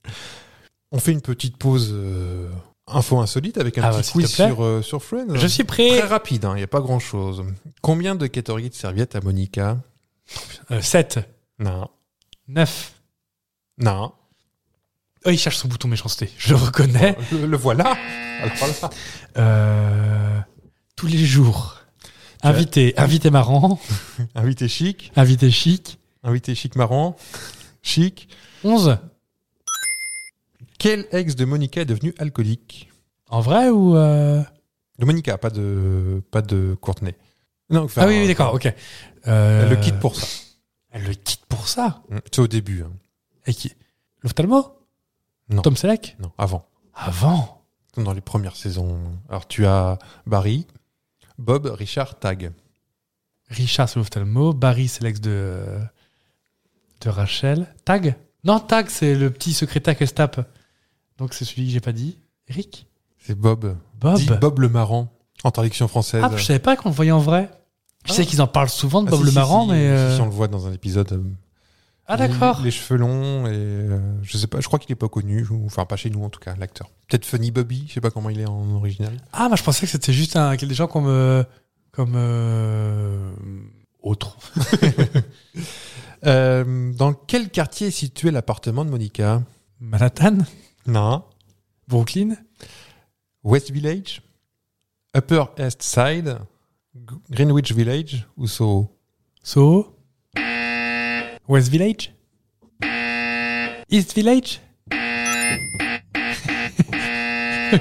Speaker 5: On fait une petite pause euh, info insolite avec un
Speaker 4: Ah bah,
Speaker 5: petit
Speaker 4: s'il
Speaker 5: quiz
Speaker 4: te plaît.
Speaker 5: sur, euh, sur Friends.
Speaker 4: Je suis
Speaker 5: Très
Speaker 4: prêt.
Speaker 5: rapide, hein, il n'y a pas grand-chose. Combien de catégories de serviettes à Monica
Speaker 4: 7,
Speaker 5: Non,
Speaker 4: 9.
Speaker 5: non.
Speaker 4: Oh, il cherche son bouton méchanceté, je le reconnais.
Speaker 5: Le, le voilà Alors voilà.
Speaker 4: Euh, tous les jours. Invité, invité marrant,
Speaker 5: Invité chic,
Speaker 4: invité chic.
Speaker 5: invité chic marrant, chic.
Speaker 4: 11.
Speaker 5: Quel ex de Monica est devenu alcoolique
Speaker 4: En vrai ou. euh,
Speaker 5: De Monica, pas de, pas de Courtenay. Non, enfin,
Speaker 4: Ah oui, oui, d'accord, ok. Euh,
Speaker 5: Elle le quitte pour ça.
Speaker 4: Elle le quitte pour ça.
Speaker 5: Mm. C'est au début. hein.
Speaker 4: Et qui L'ophtalmo
Speaker 5: Non.
Speaker 4: Tom Selleck
Speaker 5: Non, avant.
Speaker 4: Avant.
Speaker 5: Comme dans les premières saisons. Alors, tu as Barry, Bob, Richard, Tag.
Speaker 4: Richard, c'est l'ophtalmo. Barry, c'est l'ex de. de Rachel. Tag Non, Tag, c'est le petit secrétaire qu'elle se tape. Donc c'est celui que j'ai pas dit. Eric
Speaker 5: C'est Bob.
Speaker 4: Bob
Speaker 5: Dit Bob le marrant, en traduction française.
Speaker 4: Ah, je savais pas qu'on le voyait en vrai. Je
Speaker 5: Ah.
Speaker 4: sais qu'ils en parlent souvent de
Speaker 5: Ah,
Speaker 4: Bob
Speaker 5: si,
Speaker 4: le
Speaker 5: si,
Speaker 4: Marrant,
Speaker 5: si,
Speaker 4: mais.
Speaker 5: si,
Speaker 4: euh,
Speaker 5: si, on le voit dans un épisode. euh,
Speaker 4: Ah, d'accord.
Speaker 5: Les, les cheveux longs, et euh, je sais pas, je crois qu'il est pas connu, ou, enfin pas chez nous en tout cas, l'acteur. Peut-être Funny Bobby, je sais pas comment il est en original.
Speaker 4: Ah, moi je pensais que c'était juste un... des gens comme. euh, Comme. euh, Autre.
Speaker 5: Euh, dans quel quartier est situé l'appartement de Monica
Speaker 4: Manhattan
Speaker 5: Non.
Speaker 4: Brooklyn
Speaker 5: West Village, Upper East Side, G- Greenwich Village ou Soho
Speaker 4: Soho West Village East Village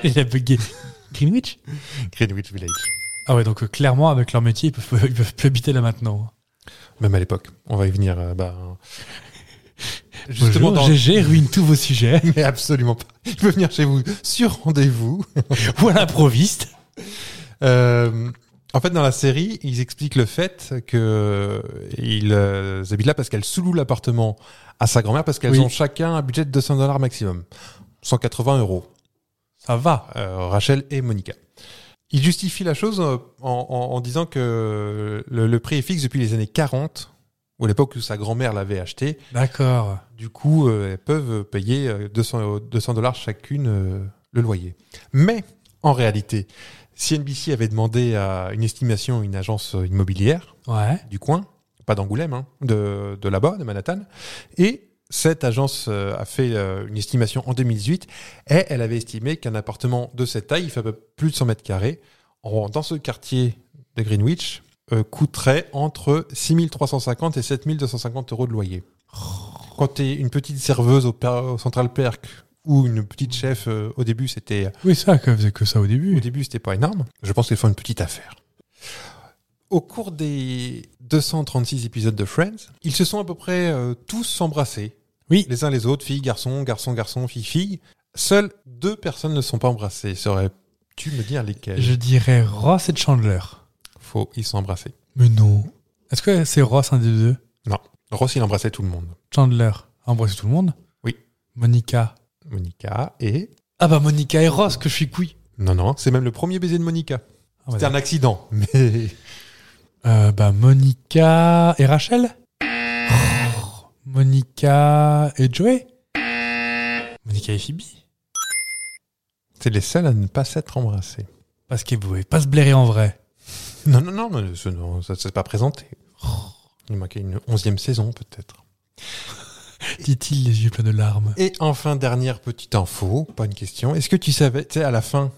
Speaker 4: Il a bugué. Greenwich
Speaker 5: Greenwich Village.
Speaker 4: Ah ouais, donc euh, clairement, avec leur métier, ils peuvent, ils peuvent plus habiter là maintenant.
Speaker 5: Même à l'époque. On va y venir. euh, bah,
Speaker 4: Bonjour,
Speaker 5: dans-
Speaker 4: GG ruine tous vos sujets.
Speaker 5: Mais absolument pas. Je peux venir chez vous sur rendez-vous.
Speaker 4: Ou à l'improviste.
Speaker 5: Euh, en fait, dans la série, ils expliquent le fait que ils euh, habitent là parce qu'elles sous-louent l'appartement à sa grand-mère parce qu'elles
Speaker 4: Oui.
Speaker 5: ont chacun un budget de 200 dollars maximum. 180 euros.
Speaker 4: Ça va.
Speaker 5: euh, Rachel et Monica. Il justifie la chose euh, en, en- en disant que le, le prix est fixe depuis les années 40 Ou à l'époque où sa grand-mère l'avait acheté.
Speaker 4: D'accord.
Speaker 5: Du coup, euh, elles peuvent payer euh, 200 euros- 200 dollars chacune euh, le loyer. Mais, en réalité, CNBC avait demandé à une estimation, une agence euh, immobilière,
Speaker 4: Ouais.
Speaker 5: du coin, pas d'Angoulême, hein, de, de là-bas, de Manhattan. Et cette agence euh, a fait euh, une estimation en 2018 et elle avait estimé qu'un appartement de cette taille, il fait à peu plus de 100 mètres carrés, en- dans ce quartier de Greenwich, euh, coûterait entre 6350 et 7250 euros de loyer. Quand tu es une petite serveuse au, Pa- au Central Perk ou une petite chef, euh, au début c'était
Speaker 4: Oui, ça, que faisait que ça au
Speaker 5: au
Speaker 4: début.
Speaker 5: début, c'était pas énorme. Je pense qu'ils font une petite affaire. Au cours des 236 épisodes de Friends, ils se sont à peu près euh, tous embrassés.
Speaker 4: Oui.
Speaker 5: Les uns les autres, filles, garçons, garçons, garçons, filles, filles. Seules deux personnes ne sont pas embrassées. Saurais-tu me dire lesquelles
Speaker 4: Je dirais Ross et Chandler.
Speaker 5: Faux, ils sont embrassés.
Speaker 4: Mais non. Est-ce que c'est Ross un des deux
Speaker 5: Ross, il embrassait tout le monde.
Speaker 4: Chandler a embrassé tout le monde
Speaker 5: Oui.
Speaker 4: Monica.
Speaker 5: Monica et...
Speaker 4: Ah bah Monica et Ross, que je suis couille.
Speaker 5: Non, non, c'est même le premier baiser de Monica.
Speaker 4: Ah bah,
Speaker 5: C'était un accident, mais...
Speaker 4: Euh, bah, Monica et Rachel Oh, Monica et Joey Monica et Phoebe
Speaker 5: C'est les seuls à ne pas s'être embrassés.
Speaker 4: Parce qu'elles pouvaient pas se blairer en vrai.
Speaker 5: Non, non, non, mais ce- non, ça ne s'est pas présenté.
Speaker 4: Oh.
Speaker 5: Il manquait une onzième saison, peut-être.
Speaker 4: Dit-il les yeux pleins de larmes.
Speaker 5: Et enfin, dernière petite info, pas une question. Est-ce que tu savais, tu sais, à la fin,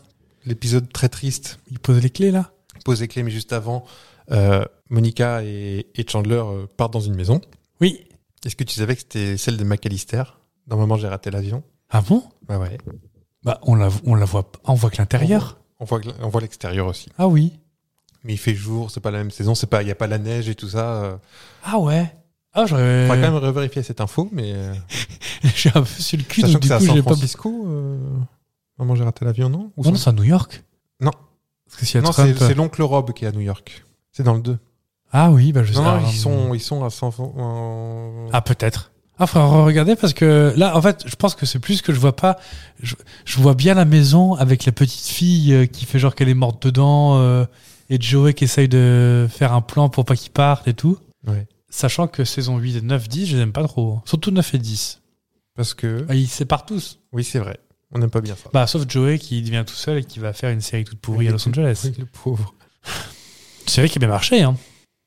Speaker 5: l'épisode très triste,
Speaker 4: Il pose les clés là
Speaker 5: posé clé, mais juste avant, euh, Monica et, et Chandler euh, partent dans une maison.
Speaker 4: Oui.
Speaker 5: Est-ce que tu savais que c'était celle de McAllister Dans Maman, j'ai raté l'avion.
Speaker 4: Ah bon
Speaker 5: Bah ouais.
Speaker 4: Bah on la, on la voit pas- on voit que l'intérieur.
Speaker 5: On voit, que- on voit l'extérieur aussi.
Speaker 4: Ah oui.
Speaker 5: Mais il fait jour, c'est pas la même saison, c'est pas, il y a pas la neige et tout ça. euh.
Speaker 4: Ah ouais. Ah
Speaker 5: On
Speaker 4: j'aurais...
Speaker 5: va quand même revérifier cette info, mais euh,
Speaker 4: J'ai un peu sur le cul,
Speaker 5: sachant
Speaker 4: donc
Speaker 5: que
Speaker 4: du
Speaker 5: c'est à
Speaker 4: coup j'ai
Speaker 5: San
Speaker 4: pas... Oh
Speaker 5: Francisco. euh, Maman, j'ai raté l'avion, non Ou
Speaker 4: Non, non,
Speaker 5: San-
Speaker 4: c'est à New York
Speaker 5: Non.
Speaker 4: Parce que s'il y a
Speaker 5: non, c'est
Speaker 4: Trump... euh,
Speaker 5: c'est l'oncle Rob qui est à New York. C'est dans le 2.
Speaker 4: Ah oui, bah je sais
Speaker 5: Non, non,
Speaker 4: pas.
Speaker 5: ils sont, ils sont à euh, San en-
Speaker 4: Ah, peut-être. Ah, faudra regarder parce que là, en fait, je pense que c'est plus que je vois pas. Je, je vois bien la maison avec la petite fille euh, qui fait genre qu'elle est morte dedans euh, et Joey qui essaye de faire un plan pour pas qu'il parte et tout.
Speaker 5: Ouais.
Speaker 4: Sachant que saison 8 et 9, 10, je les aime pas trop. hein. Surtout 9 et 10.
Speaker 5: Parce que.
Speaker 4: Ah, Ils se séparent tous.
Speaker 5: Oui, c'est vrai. On n'aime pas bien ça.
Speaker 4: Bah, sauf Joey qui devient tout seul et qui va faire une série toute pourrie à Los Angeles.
Speaker 5: Oui, le pauvre.
Speaker 4: C'est vrai qu'il a bien marché, hein.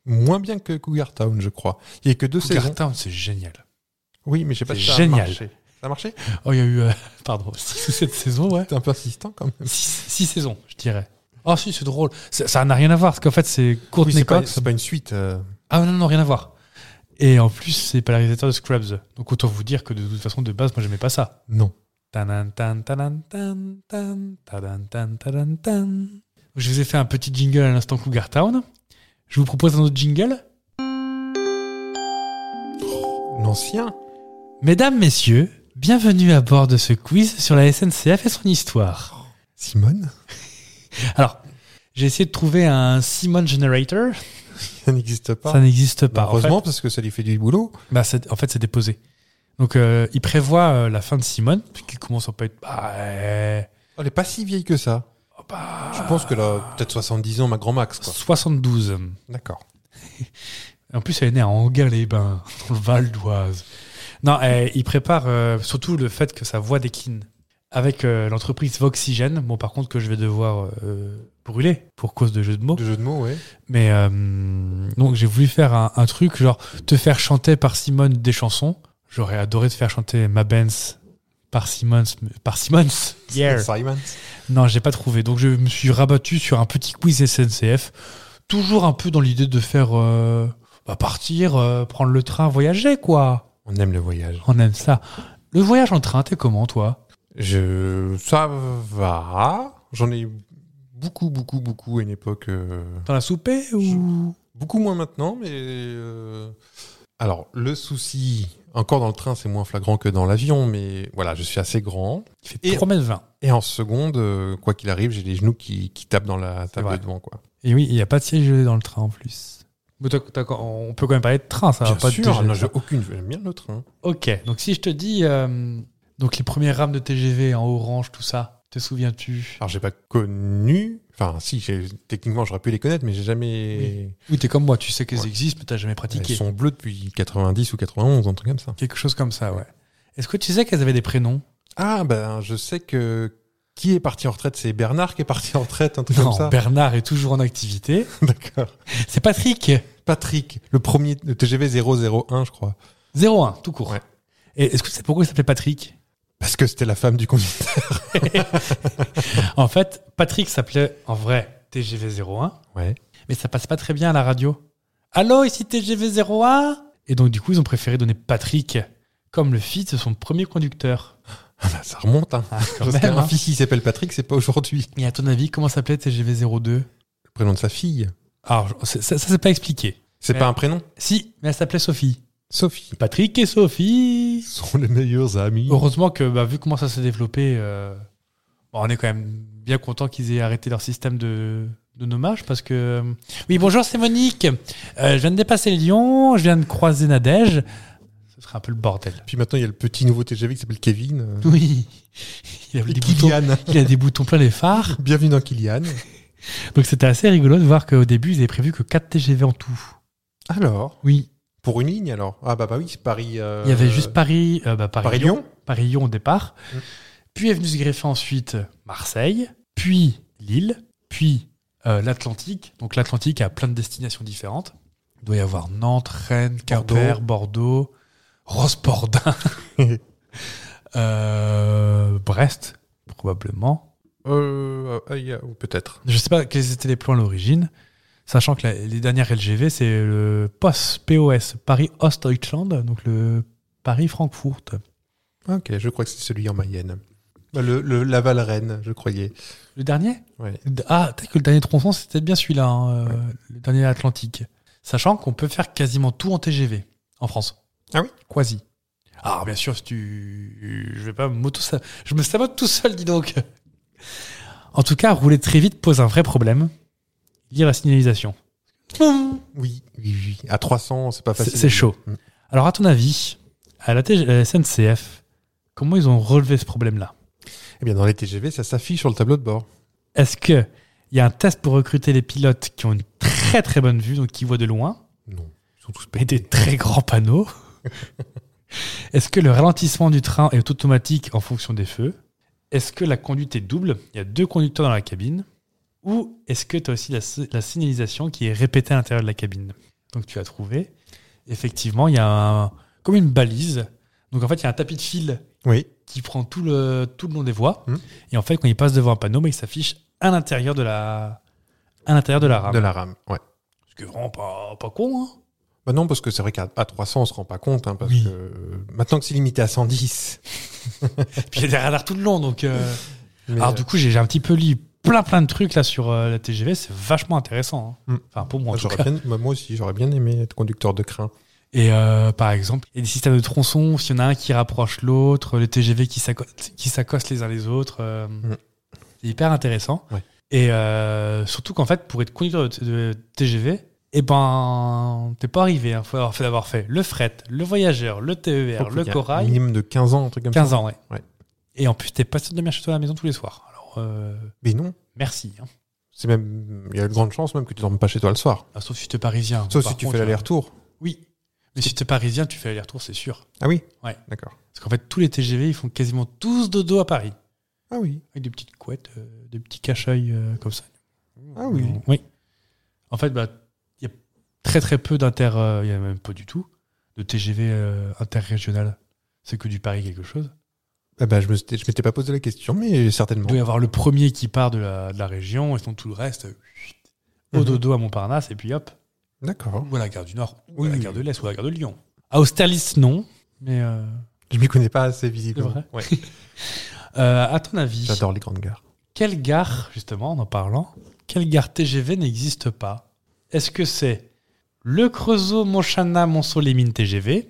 Speaker 5: Moins bien que Cougar Town, je crois. Il n'y a que deux saisons.
Speaker 4: Town, c'est génial.
Speaker 5: Oui, mais je sais pas
Speaker 4: C'est
Speaker 5: si ça
Speaker 4: génial.
Speaker 5: a marché. Ça a marché
Speaker 4: Oh, il y a eu, euh, pardon, 6 ou 7 saisons, ouais.
Speaker 5: T'es un peu insistant quand même.
Speaker 4: Six, six saisons, je dirais. Ah si, c'est drôle. Ça ça n'a rien à voir, parce qu'en fait, c'est
Speaker 5: Oui,
Speaker 4: Courtney
Speaker 5: c'est pas,
Speaker 4: Cox.
Speaker 5: c'est pas une suite. euh.
Speaker 4: Ah non, non, rien à voir. Et en plus, c'est pas le réalisateur de Scrubs. Donc autant vous dire que de toute façon, de base, moi, j'aimais pas ça.
Speaker 5: Non.
Speaker 4: Tanan, tan, tanan, tan, tan, tadan, tan, tadan, tan. Donc, Je vous ai fait un petit jingle à l'instant Cougar Town. Je vous propose un autre jingle.
Speaker 5: L'ancien
Speaker 4: Mesdames, messieurs, bienvenue à bord de ce quiz sur la SNCF et son histoire.
Speaker 5: Simone
Speaker 4: Alors, j'ai essayé de trouver un Simon Generator.
Speaker 5: Ça n'existe pas. Bah,
Speaker 4: Ça n'existe pas. En fait,
Speaker 5: Heureusement, parce que ça lui fait du boulot.
Speaker 4: Bah, c'est- en fait, c'est déposé. Donc, euh, il prévoit euh, la fin de Simone, qui commence à pas être. Bah, euh,
Speaker 5: Elle est pas si vieille que ça.
Speaker 4: oh, bah,
Speaker 5: Je pense que là, peut-être 70 ans, ma grand max. quoi.
Speaker 4: 72.
Speaker 5: D'accord.
Speaker 4: En plus, elle est née à Anguin-les-Bains, dans le Val d'Oise. Non, euh, il prépare euh, surtout le fait que sa voix décline. Avec euh, l'entreprise Voxygène, bon, par contre, que je vais devoir euh, brûler pour cause de jeu de mots.
Speaker 5: De jeu de mots, ouais.
Speaker 4: Mais euh, donc j'ai voulu faire un, un truc, genre te faire chanter par Simone des chansons. J'aurais adoré te faire chanter Ma Benz par Simone. Par Simone
Speaker 5: Simon.
Speaker 4: Non, j'ai pas trouvé. Donc je me suis rabattu sur un petit quiz SNCF. Toujours un peu dans l'idée de faire euh, bah, partir, euh, prendre le train, voyager, quoi.
Speaker 5: On aime le voyage.
Speaker 4: On aime ça. Le voyage en train, t'es comment, toi
Speaker 5: Je... Ça va. J'en ai beaucoup, beaucoup, beaucoup à une époque. euh,
Speaker 4: T'en as soupé ou
Speaker 5: Beaucoup moins maintenant, mais... euh, Alors, le souci, encore dans le train, c'est moins flagrant que dans l'avion, mais voilà, je suis assez grand.
Speaker 4: Il fait
Speaker 5: Et-
Speaker 4: 3m20.
Speaker 5: Et en seconde, euh, quoi qu'il arrive, j'ai les genoux qui, qui tapent dans la table
Speaker 4: vrai.
Speaker 5: de devant. Quoi.
Speaker 4: Et oui, il n'y a pas de siège gelé dans le train en plus. Mais t'as- t'as- on peut quand même parler de train, ça va
Speaker 5: Bien
Speaker 4: pas de
Speaker 5: sûr,
Speaker 4: TGV.
Speaker 5: non, j'ai aucune... J'aime bien le train.
Speaker 4: Ok, donc si je te dis euh, donc les premières rames de TGV en orange, tout ça, Te souviens-tu
Speaker 5: Alors, j'ai pas connu. Enfin, si, j'ai- techniquement, j'aurais pu les connaître, mais j'ai jamais.
Speaker 4: Oui, t'es comme moi, tu sais qu'elles
Speaker 5: Ouais.
Speaker 4: existent, mais t'as jamais pratiqué.
Speaker 5: Elles sont bleues depuis 90 ou 91, un truc comme ça.
Speaker 4: Quelque chose comme ça, ouais. Est-ce que tu sais qu'elles avaient des prénoms
Speaker 5: Ah, ben, je sais que. Qui est parti en retraite C'est Bernard qui est parti en retraite, un truc
Speaker 4: Non,
Speaker 5: comme ça.
Speaker 4: Bernard est toujours en activité.
Speaker 5: D'accord.
Speaker 4: C'est Patrick,
Speaker 5: Patrick, le premier, le TGV 001, je crois.
Speaker 4: 01, tout court.
Speaker 5: Ouais.
Speaker 4: Et est-ce que tu sais pourquoi il s'appelait Patrick
Speaker 5: Parce que c'était la femme du conducteur.
Speaker 4: En fait, Patrick s'appelait en vrai TGV 01,
Speaker 5: Ouais.
Speaker 4: mais ça passe pas très bien à la radio. Allô, ici TGV 01 Et donc, du coup, ils ont préféré donner Patrick comme le fils de son premier conducteur.
Speaker 5: Ah bah, ça remonte, hein.
Speaker 4: Quand
Speaker 5: Parce
Speaker 4: même,
Speaker 5: qu'un
Speaker 4: hein.
Speaker 5: fils qui s'appelle Patrick, c'est pas aujourd'hui.
Speaker 4: Et à ton avis, comment s'appelait TGV 02
Speaker 5: Le prénom de sa fille.
Speaker 4: Alors, je- ça, ça, ça, c'est pas expliqué.
Speaker 5: C'est
Speaker 4: Ouais.
Speaker 5: pas un prénom
Speaker 4: Si, mais elle s'appelait Sophie.
Speaker 5: Sophie.
Speaker 4: Patrick et Sophie
Speaker 5: sont les meilleurs amis.
Speaker 4: Heureusement que, bah, vu comment ça s'est développé, euh, bon, on est quand même bien content qu'ils aient arrêté leur système de, de nommage parce que. euh, Oui, bonjour, c'est Monique. Euh, je viens de dépasser Lyon, je viens de croiser Nadège. Ce serait un peu le bordel.
Speaker 5: Puis maintenant, il y a le petit nouveau TGV qui s'appelle Kevin. euh,
Speaker 4: Oui. Il a,
Speaker 5: et
Speaker 4: des boutons,
Speaker 5: Kylian.
Speaker 4: il a des boutons plein les phares.
Speaker 5: Bienvenue dans Kylian.
Speaker 4: Donc c'était assez rigolo de voir qu'au début, ils avaient prévu que 4 TGV en tout.
Speaker 5: Alors
Speaker 4: Oui.
Speaker 5: Pour une ligne, alors Ah bah, bah oui, c'est Paris... euh,
Speaker 4: Il y avait juste Paris, euh, bah, Paris,
Speaker 5: Paris-Lyon
Speaker 4: Paris-Lyon au départ.
Speaker 5: Mm.
Speaker 4: Puis est venu se greffer ensuite Marseille, puis Lille, puis euh, l'Atlantique. Donc l'Atlantique a plein de destinations différentes. Il doit y avoir Nantes, Rennes, Quimper, Bordeaux, Rospordin, euh, Brest, probablement.
Speaker 5: Euh, euh, aïe, euh, ou peut-être.
Speaker 4: Je ne sais pas quels étaient les plans à l'origine, sachant que la- les dernières LGV, c'est le POS, POS Paris-Ostdeutschland, donc le Paris-Francfort.
Speaker 5: Ah, Ok, je crois que c'est celui en Mayenne. Bah, Le, le Laval-Rennes, je croyais.
Speaker 4: Le dernier
Speaker 5: Ouais.
Speaker 4: Ah, peut-être que le dernier tronçon, c'est peut-être bien celui-là, hein, euh, le dernier Atlantique. Sachant qu'on peut faire quasiment tout en TGV en France.
Speaker 5: Ah oui
Speaker 4: Quasi. Ah, bien sûr, si tu. Je vais pas m'auto. Je me sabote tout seul, dis donc. En tout cas, rouler très vite pose un vrai problème. Lire la signalisation.
Speaker 5: Oui, oui, oui. À 300, c'est pas
Speaker 4: C'est
Speaker 5: facile.
Speaker 4: c'est chaud.
Speaker 5: Mm.
Speaker 4: Alors, à ton avis, à la, TG à la SNCF, comment ils ont relevé ce problème-là
Speaker 5: Eh bien, dans les TGV, ça s'affiche sur le tableau de bord.
Speaker 4: Est-ce qu'il y a un test pour recruter les pilotes qui ont une très très bonne vue, donc qui voient de loin
Speaker 5: Non, ils sont tous
Speaker 4: et des très grands panneaux Est-ce que le ralentissement du train est automatique en fonction des feux Est-ce que la conduite est double Il y a deux conducteurs dans la cabine. Ou est-ce que tu as aussi la, si- la signalisation qui est répétée à l'intérieur de la cabine Donc tu as trouvé. Effectivement, il y a un- comme une balise. Donc en fait, il y a un tapis de fil
Speaker 5: Oui,
Speaker 4: qui prend tout le, tout le long des voies.
Speaker 5: Mhm.
Speaker 4: Et en fait, quand il passe devant un panneau, mais il s'affiche à l'intérieur de la, à l'intérieur de la rame.
Speaker 5: de la rame. Ouais.
Speaker 4: Ce qui est vraiment pas, pas con. hein.
Speaker 5: Bah non, parce que c'est vrai qu'à à 300, on se rend pas compte. hein, parce
Speaker 4: Oui.
Speaker 5: que euh, maintenant que c'est limité à 110.
Speaker 4: Puis il y a des radars tout le long, donc. euh,
Speaker 5: mais,
Speaker 4: Alors
Speaker 5: euh,
Speaker 4: du coup, j'ai j'ai un petit peu lu plein plein de trucs là sur euh, la TGV, c'est vachement intéressant. hein.
Speaker 5: Mm.
Speaker 4: Enfin pour moi en tout
Speaker 5: j'aurais
Speaker 4: cas.
Speaker 5: bien- bah, moi aussi, j'aurais bien aimé être conducteur de train.
Speaker 4: Et euh, par exemple, il y a des systèmes de tronçons, s'il y en a un qui rapproche l'autre, les TGV qui s'acco- qui s'accostent les uns les autres, euh, c'est hyper intéressant.
Speaker 5: Mm. Ouais.
Speaker 4: Et euh, surtout qu'en fait, pour être conducteur de, de TGV, eh ben, t'es pas arrivé. Il faut avoir fait, d'avoir fait le fret, le voyageur, le TER,
Speaker 5: Donc,
Speaker 4: le
Speaker 5: il y a
Speaker 4: corail.
Speaker 5: Un minimum de 15 ans, un truc comme
Speaker 4: 15
Speaker 5: ça.
Speaker 4: ans, ouais.
Speaker 5: Ouais.
Speaker 4: Et en plus, t'es pas sûr de venir chez toi à la maison tous les soirs. Alors, euh,
Speaker 5: Mais non,
Speaker 4: merci. hein.
Speaker 5: c'est même, il y a de grandes chances même que tu dormes pas chez toi le soir.
Speaker 4: Ah, sauf si tu es parisien.
Speaker 5: Sauf
Speaker 4: Par
Speaker 5: si tu
Speaker 4: contre,
Speaker 5: fais
Speaker 4: euh,
Speaker 5: l'aller-retour.
Speaker 4: Oui. Mais si t'es parisien, tu fais aller-retour, c'est sûr.
Speaker 5: Ah oui
Speaker 4: Ouais.
Speaker 5: D'accord.
Speaker 4: Parce qu'en fait, tous les TGV, ils font quasiment tous dodo à Paris.
Speaker 5: Ah oui.
Speaker 4: Avec des petites couettes, euh, des petits cache-œil euh, comme ça.
Speaker 5: Ah oui.
Speaker 4: Oui. En fait, bah, il y a très très peu d'inter. euh, Il y a même pas du tout de TGV euh, interrégional. C'est que du Paris quelque chose.
Speaker 5: Ah bah, je me suis- je m'étais pas posé la question, mais certainement.
Speaker 4: Il doit y avoir le premier qui part de la, de la région et sinon tout le reste. euh, chut, Au
Speaker 5: Mhm.
Speaker 4: dodo à Montparnasse et puis hop.
Speaker 5: D'accord.
Speaker 4: Ou à la gare du Nord, ou
Speaker 5: Oui,
Speaker 4: à la
Speaker 5: oui.
Speaker 4: gare de l'Est, ou à la gare de Lyon. À Austerlitz, non. Mais euh,
Speaker 5: Je m'y connais pas assez visiblement.
Speaker 4: C'est
Speaker 5: Ouais.
Speaker 4: euh, à ton avis,
Speaker 5: J'adore les grandes gares.
Speaker 4: Quelle gare, justement, en en parlant, quelle gare TGV n'existe pas Est-ce que c'est le Creusot, Montchana, Montsolémine TGV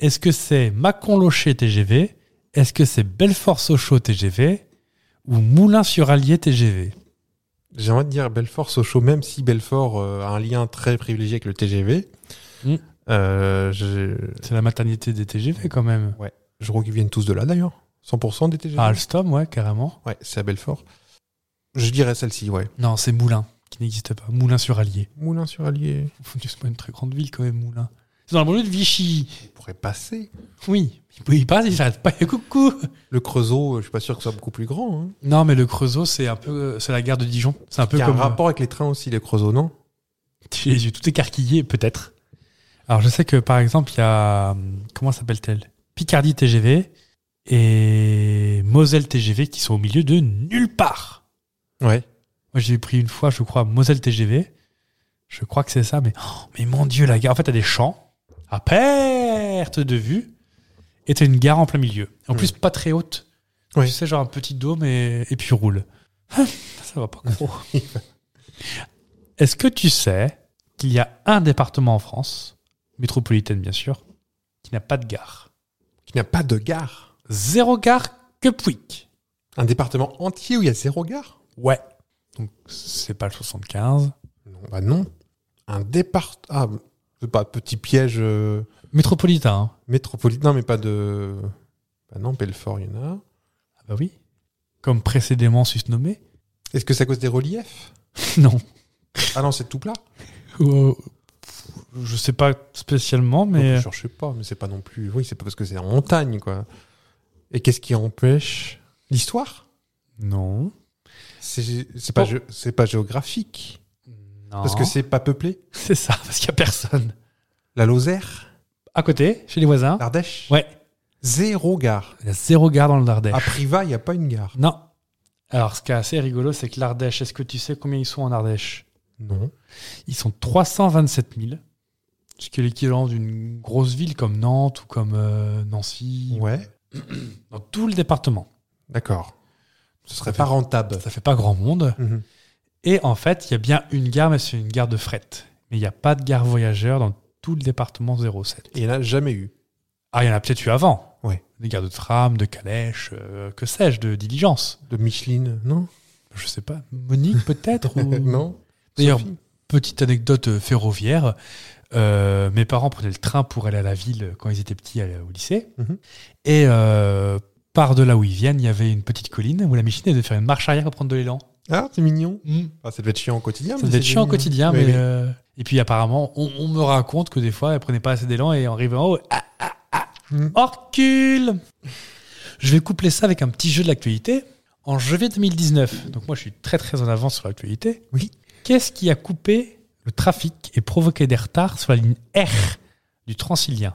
Speaker 4: Est-ce que c'est Mâcon-Locher TGV Est-ce que c'est Belfort-Sochaux TGV Ou Moulins-sur-Allier TGV
Speaker 5: J'ai envie de dire Belfort Sochaux, même si Belfort euh, a un lien très privilégié avec le TGV.
Speaker 4: Mm.
Speaker 5: Euh, je,
Speaker 4: C'est la maternité des TGV, quand même.
Speaker 5: je crois qu'ils viennent tous de là d'ailleurs. 100% des TGV
Speaker 4: Ah, Alstom, ouais, carrément.
Speaker 5: Ouais, c'est à Belfort. Je dirais celle-ci, ouais.
Speaker 4: Non, c'est Moulin, qui n'existe pas. Moulin sur Allier.
Speaker 5: Moulin sur Allier.
Speaker 4: Faut que C'est pas une très grande ville, quand même, Moulin. C'est dans la banlieue de Vichy.
Speaker 5: On pourrait passer.
Speaker 4: Oui. Il peut y passer, il s'arrête pas. Coucou
Speaker 5: Le Creusot, euh, je suis pas sûr que ce soit beaucoup plus grand. hein.
Speaker 4: Non, mais le Creusot, c'est un peu, c'est la gare de Dijon. C'est un peu
Speaker 5: Il y a
Speaker 4: comme euh,
Speaker 5: un rapport avec les trains aussi, les Creusot, non
Speaker 4: J'ai les yeux tout écarquillés, peut-être. Alors, je sais que, par exemple, il y a. hum, Comment s'appelle-t-elle Picardie TGV et Moselle TGV qui sont au milieu de nulle part.
Speaker 5: Ouais.
Speaker 4: Moi, j'ai pris une fois, je crois, Moselle TGV. Je crois que c'est ça, mais. oh, mais mon Dieu, la gare. En fait, t'as des champs à perte de vue et t'as une gare en plein milieu. En
Speaker 5: Hmm.
Speaker 4: plus, pas très haute.
Speaker 5: Ouais.
Speaker 4: Tu sais, genre un petit dôme et, et puis roule. Ah, ça va pas gros. Est-ce que tu sais qu'il y a un département en France, métropolitaine bien sûr, qui n'a pas de gare
Speaker 5: Qui n'a pas de gare.
Speaker 4: Zéro gare que Pouic.
Speaker 5: Un département entier où il y a zéro gare
Speaker 4: Ouais. Donc c'est pas le 75.
Speaker 5: Non, bah non. Un départ. Ah, c'est pas petit piège euh,
Speaker 4: Métropolitain. hein.
Speaker 5: métropolitain, mais pas de. Bah non, Belfort, il y en a.
Speaker 4: Ah bah oui. Comme précédemment susnommé.
Speaker 5: Est-ce que c'est à cause des reliefs
Speaker 4: non.
Speaker 5: Ah non, c'est tout plat
Speaker 4: Euh, Je sais pas spécialement, mais. euh,
Speaker 5: Non, Je sais pas, mais c'est pas non plus. Oui, c'est pas parce que c'est en montagne, quoi. Et qu'est-ce qui empêche L'histoire
Speaker 4: euh, Non.
Speaker 5: C'est c'est pas,
Speaker 4: Oh.
Speaker 5: gé- c'est pas géographique.
Speaker 4: Non.
Speaker 5: Parce que c'est pas peuplé.
Speaker 4: c'est ça, parce qu'il y a personne.
Speaker 5: La Lozère,
Speaker 4: À côté, chez les voisins.
Speaker 5: l'Ardèche,
Speaker 4: Ouais.
Speaker 5: zéro gare.
Speaker 4: Il y a zéro gare dans le Dardèche.
Speaker 5: À Privas, il n'y a pas une gare.
Speaker 4: Non. Alors, ce qui est assez rigolo, c'est que l'Ardèche, est-ce que tu sais combien ils sont en Ardèche
Speaker 5: Non.
Speaker 4: Ils sont 327 000, ce qui est l'équivalent d'une grosse ville comme Nantes ou comme euh, Nancy,
Speaker 5: Ouais.
Speaker 4: dans tout le département.
Speaker 5: D'accord. Ce serait
Speaker 4: fait-
Speaker 5: pas rentable.
Speaker 4: Bah, Ça fait pas grand monde.
Speaker 5: Mhm.
Speaker 4: Et en fait, il y a bien une gare, mais c'est une gare de fret. Mais il n'y a pas de gare voyageur dans tout le département 07.
Speaker 5: Et il n'y en a jamais eu.
Speaker 4: Ah, il y en a peut-être eu avant.
Speaker 5: Ouais.
Speaker 4: Des gares de tram, de calèche, euh, que sais-je, de diligence.
Speaker 5: De Micheline, non
Speaker 4: Je sais pas. Monique peut-être ou...
Speaker 5: Non.
Speaker 4: D'ailleurs,
Speaker 5: Sophie
Speaker 4: Petite anecdote euh, ferroviaire. euh, mes parents prenaient le train pour aller à la ville quand ils étaient petits euh, au lycée.
Speaker 5: Mhm.
Speaker 4: Et euh, par de là où ils viennent, il y avait une petite colline où la Micheline devait faire une marche arrière pour prendre de l'élan.
Speaker 5: Ah, c'est mignon. Ah, ça devait être chiant au quotidien.
Speaker 4: Ça
Speaker 5: mais
Speaker 4: devait être
Speaker 5: c'est
Speaker 4: chiant au
Speaker 5: mignon.
Speaker 4: quotidien,
Speaker 5: Oui,
Speaker 4: mais.
Speaker 5: oui.
Speaker 4: euh, Et puis apparemment, on, on me raconte que des fois, elle prenait pas assez d'élan et en arrivant en haut, ah, ah, ah,
Speaker 5: Mhm.
Speaker 4: recule Je vais coupler ça avec un petit jeu de l'actualité. En janvier 2019, donc moi je suis très très en avance sur l'actualité.
Speaker 5: Oui.
Speaker 4: Qu'est-ce qui a coupé le trafic et provoqué des retards sur la ligne R du Transilien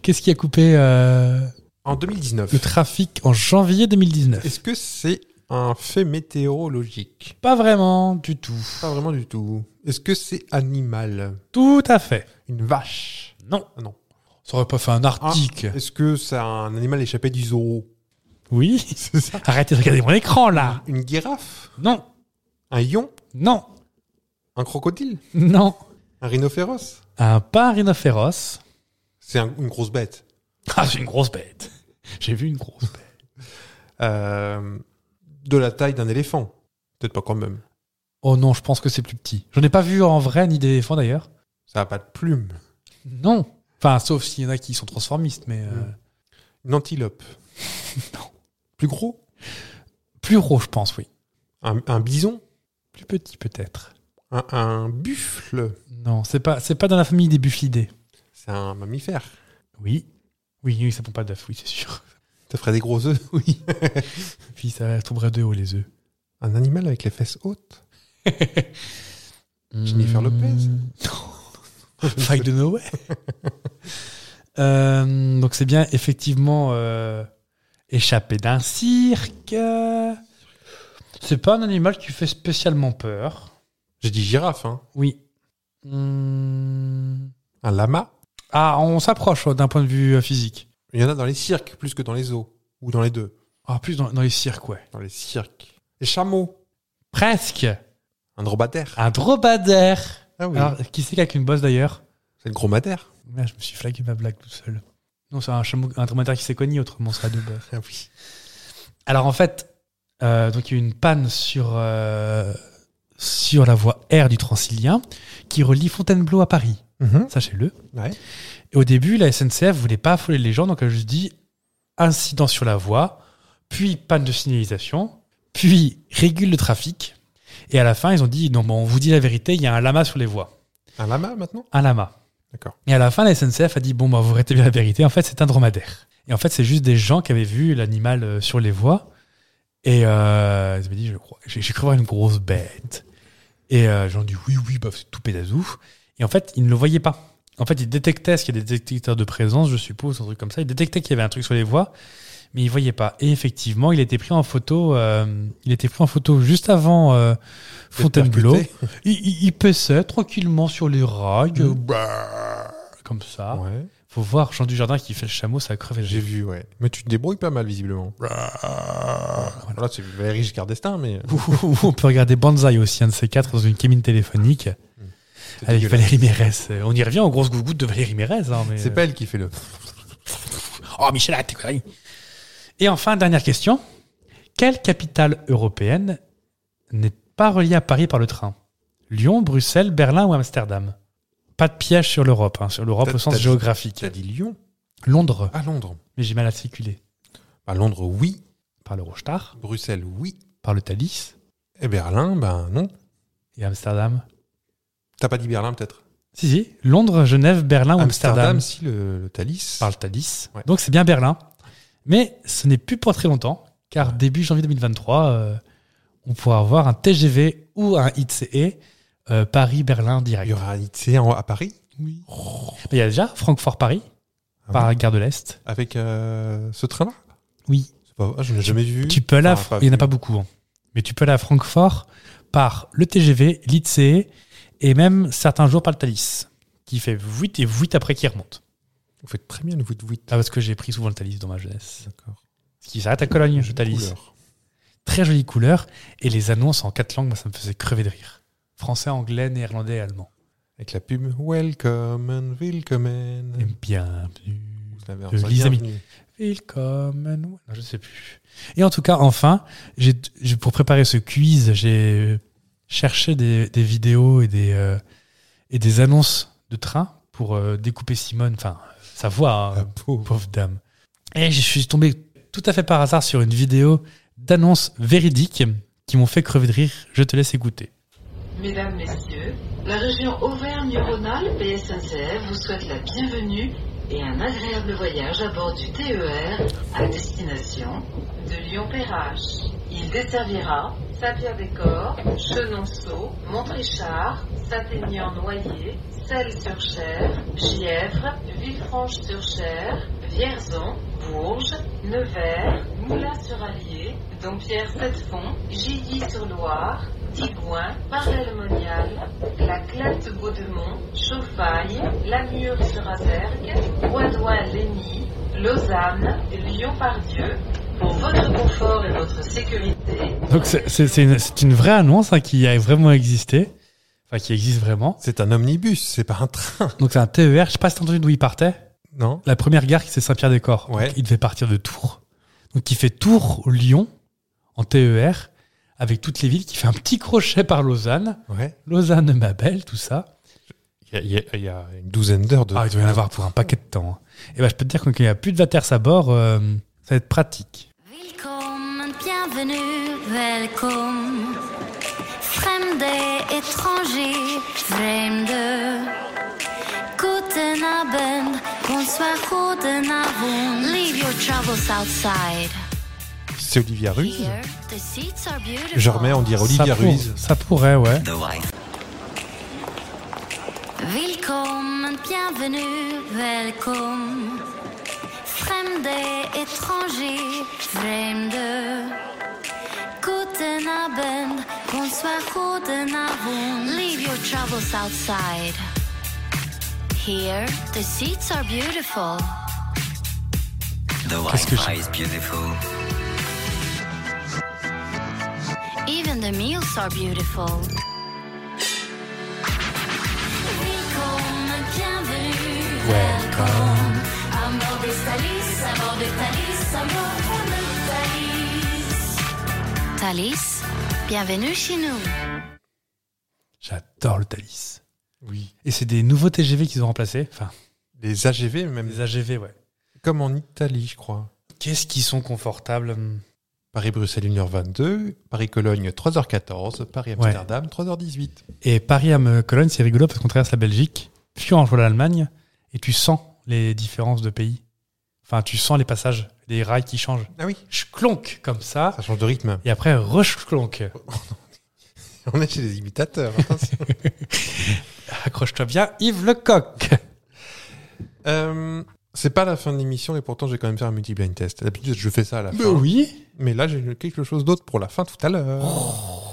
Speaker 4: Qu'est-ce qui a coupé euh,
Speaker 5: En 2019.
Speaker 4: le trafic en janvier 2019
Speaker 5: Est-ce que c'est un fait météorologique
Speaker 4: Pas vraiment du tout.
Speaker 5: Pas vraiment du tout. Est-ce que c'est animal
Speaker 4: Tout à fait.
Speaker 5: Une vache
Speaker 4: Non. Ah.
Speaker 5: Ah Non.
Speaker 4: Ça aurait pas fait un article.
Speaker 5: Est-ce que c'est un animal échappé du zoo
Speaker 4: Oui.
Speaker 5: C'est ça
Speaker 4: Arrêtez de regarder mon écran là.
Speaker 5: Une girafe
Speaker 4: Non,
Speaker 5: Un lion
Speaker 4: non,
Speaker 5: Un crocodile
Speaker 4: non.
Speaker 5: Un rhinocéros
Speaker 4: Un pas rhinocéros.
Speaker 5: C'est un- une grosse bête.
Speaker 4: Ah, c'est une grosse bête. J'ai vu une grosse bête.
Speaker 5: Euh, de la taille d'un éléphant. Peut-être pas quand même.
Speaker 4: Oh non, je pense que c'est plus petit. J'en ai pas vu en vrai ni d'éléphant d'ailleurs.
Speaker 5: Ça n'a pas de plume.
Speaker 4: Non. Enfin, sauf s'il y en a qui sont transformistes, mais euh,
Speaker 5: Mm. Une antilope.
Speaker 4: Non.
Speaker 5: Plus gros
Speaker 4: plus gros, je pense, oui.
Speaker 5: Un, un bison
Speaker 4: Plus petit peut-être.
Speaker 5: un, un buffle
Speaker 4: Non, c'est pas, c'est pas dans la famille des bufflidés.
Speaker 5: C'est un mammifère.
Speaker 4: Oui. Oui, oui, ça prend pas d'œufs, oui, c'est sûr.
Speaker 5: Ça ferait des gros œufs
Speaker 4: Oui. Puis ça tomberait de haut les œufs.
Speaker 5: Un animal avec les fesses hautes Jennifer Lopez
Speaker 4: Fight de Nowhere. Euh, donc c'est bien effectivement euh, échappé d'un cirque. C'est pas un animal qui fait spécialement peur.
Speaker 5: J'ai dit girafe, hein.
Speaker 4: Oui. Hum.
Speaker 5: Un lama
Speaker 4: Ah, on s'approche euh, d'un point de vue euh, physique.
Speaker 5: Il y en a dans les cirques plus que dans les zoos. Ou dans les deux.
Speaker 4: Ah, plus dans, dans les cirques, ouais.
Speaker 5: Dans les cirques. Les chameaux
Speaker 4: Presque.
Speaker 5: Un dromadaire
Speaker 4: Un dromadaire.
Speaker 5: Ah oui.
Speaker 4: Alors, qui c'est qu'avec une bosse d'ailleurs
Speaker 5: C'est le dromadaire
Speaker 4: Merde, Je me suis flagué ma blague tout seul. Non, c'est un, chameau- un dromadaire qui s'est cogné, autrement ça serait deux bosses.
Speaker 5: Ah oui.
Speaker 4: Alors en fait, euh, donc il y a eu une panne sur, euh, sur la voie R du Transilien qui relie Fontainebleau à Paris.
Speaker 5: Mhm.
Speaker 4: Sachez-le.
Speaker 5: Ouais.
Speaker 4: Et au début, la SNCF voulait pas affoler les gens, donc elle a juste dit incident sur la voie. puis panne de signalisation, puis régule le trafic. Et à la fin, ils ont dit non, bon, on vous dit la vérité, il y a un lama sur les voies.
Speaker 5: Un lama maintenant
Speaker 4: Un lama.
Speaker 5: D'accord.
Speaker 4: Et à la fin, la SNCF a dit bon, bah, vous arrêtez bien la vérité, en fait, c'est un dromadaire. Et en fait, c'est juste des gens qui avaient vu l'animal euh, sur les voies. Et euh, ils avaient dit je crois- j'ai j'ai cru voir une grosse bête. Et euh, les gens ont dit oui, oui, bah, c'est tout pédazouf. Et en fait, ils ne le voyaient pas. En fait, ils détectaient, ce qu'il y a des détecteurs de présence, je suppose, un truc comme ça. Ils détectaient qu'il y avait un truc sur les voies, mais ils ne voyaient pas. Et effectivement, il était pris en photo, euh, il était pris en photo juste avant euh, Fontainebleau.
Speaker 5: Percuté.
Speaker 4: Il, il, il paissait tranquillement sur les rails, euh, comme ça.
Speaker 5: Mm. Ouais.
Speaker 4: Faut voir Jean Dujardin qui fait le chameau, ça creve. et
Speaker 5: J'ai vu, ouais. Mais tu te débrouilles pas mal, visiblement. Voilà, c'est Valéry Giscard d'Estaing, mais
Speaker 4: Ouh, ouh, ouh, on peut regarder Banzai aussi, un de ces quatre, dans une cabine téléphonique
Speaker 5: Mm. c'est
Speaker 4: avec
Speaker 5: dégueulasse.
Speaker 4: Valérie Mérez. Euh, On y revient aux grosses gougouttes de Valérie Mérez. Hein, mais,
Speaker 5: C'est
Speaker 4: euh,
Speaker 5: pas elle qui fait le.
Speaker 4: Oh, Michel, arrête tes conneries. Et enfin, dernière question. Quelle capitale européenne n'est pas reliée à Paris par le train Lyon, Bruxelles, Berlin ou Amsterdam Pas de piège sur l'Europe, hein, sur l'Europe
Speaker 5: T'as-
Speaker 4: au
Speaker 5: t'as
Speaker 4: sens
Speaker 5: dit-
Speaker 4: géographique.
Speaker 5: T'as dit Lyon
Speaker 4: Londres,
Speaker 5: À Londres.
Speaker 4: mais j'ai mal articulé.
Speaker 5: À Londres, oui.
Speaker 4: Par le Rochtar,
Speaker 5: Bruxelles, oui.
Speaker 4: par le Thalys
Speaker 5: Et Berlin, ben non.
Speaker 4: et Amsterdam.
Speaker 5: T'as pas dit Berlin, peut-être
Speaker 4: Si, si, Londres, Genève, Berlin ou Amsterdam.
Speaker 5: si, le, le Thalys.
Speaker 4: par le Thalys.
Speaker 5: Ouais.
Speaker 4: Donc c'est bien Berlin. Mais ce n'est plus pour très longtemps, car début janvier 2023, euh, on pourra avoir un TGV ou un ICE euh, Paris-Berlin
Speaker 5: Il
Speaker 4: direct.
Speaker 5: y aura un ITC en- à Paris
Speaker 4: Mais Il y a déjà Francfort-Paris,
Speaker 5: Ah
Speaker 4: par Gare de l'Est.
Speaker 5: Avec euh, ce train-là
Speaker 4: Oui.
Speaker 5: C'est pas- ah, Je ne l'ai jamais vu.
Speaker 4: Tu peux aller à
Speaker 5: Enfin,
Speaker 4: Fran- il n'y en a
Speaker 5: vu.
Speaker 4: pas beaucoup. hein. Mais tu peux aller à Francfort par le TGV, l'ICE E et même certains jours par le Thalys, qui fait 8 et 8 après qui remonte.
Speaker 5: Vous faites très bien le voûte voûte.
Speaker 4: Ah, parce que j'ai pris souvent le Thalys dans ma jeunesse.
Speaker 5: Ah, D'accord.
Speaker 4: Ce qui s'arrête à Cologne, le Thalys.
Speaker 5: Couleur.
Speaker 4: très jolie couleur et les annonces en quatre langues, moi, ça me faisait crever de rire. Français, anglais, néerlandais et allemand.
Speaker 5: Avec la pub Welcome and Willkommen.
Speaker 4: Et bienvenue.
Speaker 5: Vous l'avez hein.
Speaker 4: de
Speaker 5: enfin
Speaker 4: Lisa
Speaker 5: bienvenue.
Speaker 4: Willkommen. Non, je sais plus. Et en tout cas, enfin, j'ai, j'ai- pour préparer ce quiz, j'ai cherché des, des vidéos et des, euh, et des annonces de train pour euh, découper Simone, enfin, sa voix, hein,
Speaker 5: La Ah, pauvre.
Speaker 4: pauvre dame. Et je suis tombé tout à fait par hasard sur une vidéo d'annonces véridiques qui m'ont fait crever de rire. Je te laisse écouter.
Speaker 6: Mesdames, Messieurs, la région Auvergne-Rhône-Alpes et SNCF vous souhaite la bienvenue et un agréable voyage à bord du TER à destination de Lyon-Perrache. Il desservira Saint-Pierre-des-Corps, Chenonceau, Montrichard, Saint-Aignan-Noyer, Selles-sur-Cher, Gièvre, Villefranche-sur-Cher, Vierzon, Bourges, Nevers, Moulins-sur-Allier, Dompierre-Sept-Fonds, Gilly-sur-Loire, Digoin, Paray-le-Monial, La Clatte-Baudemont, Chauffaille, Lamure-sur-Azergue, Boisdoin-Lény, Lausanne, Lyon-Pardieu. Pour votre confort et votre sécurité,
Speaker 4: Donc c'est- c'est c'est une, c'est une vraie annonce hein, qui a vraiment existé, enfin qui existe vraiment.
Speaker 5: C'est un omnibus, c'est pas un train.
Speaker 4: Donc c'est un TER, je sais pas si t'as entendu d'où il partait.
Speaker 5: Non
Speaker 4: La première gare c'est Saint-Pierre-des-Corps. Donc,
Speaker 5: Ouais.
Speaker 4: il devait partir de Tours. Donc il fait Tours-Lyon en TER avec toutes les villes, qui fait un petit crochet par Lausanne,
Speaker 5: Ouais.
Speaker 4: Lausanne ma belle, tout ça.
Speaker 5: Il y a- il y, a- il y a une douzaine d'heures de.
Speaker 4: Ah, il doit y en avoir pour un paquet de temps. hein. Et ben je peux te dire qu'il n'y a plus de Vaters à bord, euh, ça va être pratique.
Speaker 7: Willkommen, bienvenue, welcome. Fremde, étranger, fremde. Guten Abend, bonsoir, guten Abend. Leave your troubles outside.
Speaker 5: Ah, C'est Olivia Ruiz.
Speaker 7: Here, the seats are beautiful.
Speaker 5: Je remets, on dirait
Speaker 4: ça
Speaker 5: Olivia
Speaker 4: pour-
Speaker 5: Ruiz.
Speaker 4: ça pourrait, ouais.
Speaker 7: Willkommen, bienvenue, welcome. Fremde, étranger, fremde. Guten Abend, bonsoir, guten Abend. Leave your troubles outside. Here, the seats are beautiful.
Speaker 2: The
Speaker 4: Qu'est-ce que
Speaker 2: Wi-Fi is beautiful.
Speaker 7: Even the meals are beautiful. Willkommen, bienvenue, welcome. À bord des Thalys, à bord des Thalys, à bord de Thalys. Thalys, bienvenue chez nous.
Speaker 4: J'adore le Thalys.
Speaker 5: Oui.
Speaker 4: Et c'est des nouveaux TGV qu'ils ont remplacés, enfin
Speaker 5: Les AGV, même.
Speaker 4: des AGV, ouais.
Speaker 5: Comme en Italie, je crois.
Speaker 4: Qu'est-ce qu'ils sont confortables hum.
Speaker 5: Paris-Bruxelles 1h22, Paris-Cologne 3h14, Paris-Amsterdam 3h18.
Speaker 4: Et Paris à me- Cologne, c'est rigolo parce qu'on traverse la Belgique, puis on rejoint l'Allemagne, et tu sens les différences de pays. Enfin, tu sens les passages, les rails qui changent.
Speaker 5: Ah oui,
Speaker 4: Je clonque comme ça,
Speaker 5: ça change de rythme.
Speaker 4: et après, re-clonque.
Speaker 5: Oh. On est chez les imitateurs. attention.
Speaker 4: Accroche-toi bien, Yves Lecoq.
Speaker 5: Euh, c'est pas la fin de l'émission et pourtant j'ai quand même fait un multi-blind test. D'habitude je fais ça à la fin.
Speaker 4: oui.
Speaker 5: Mais là j'ai quelque chose d'autre pour la fin tout à l'heure.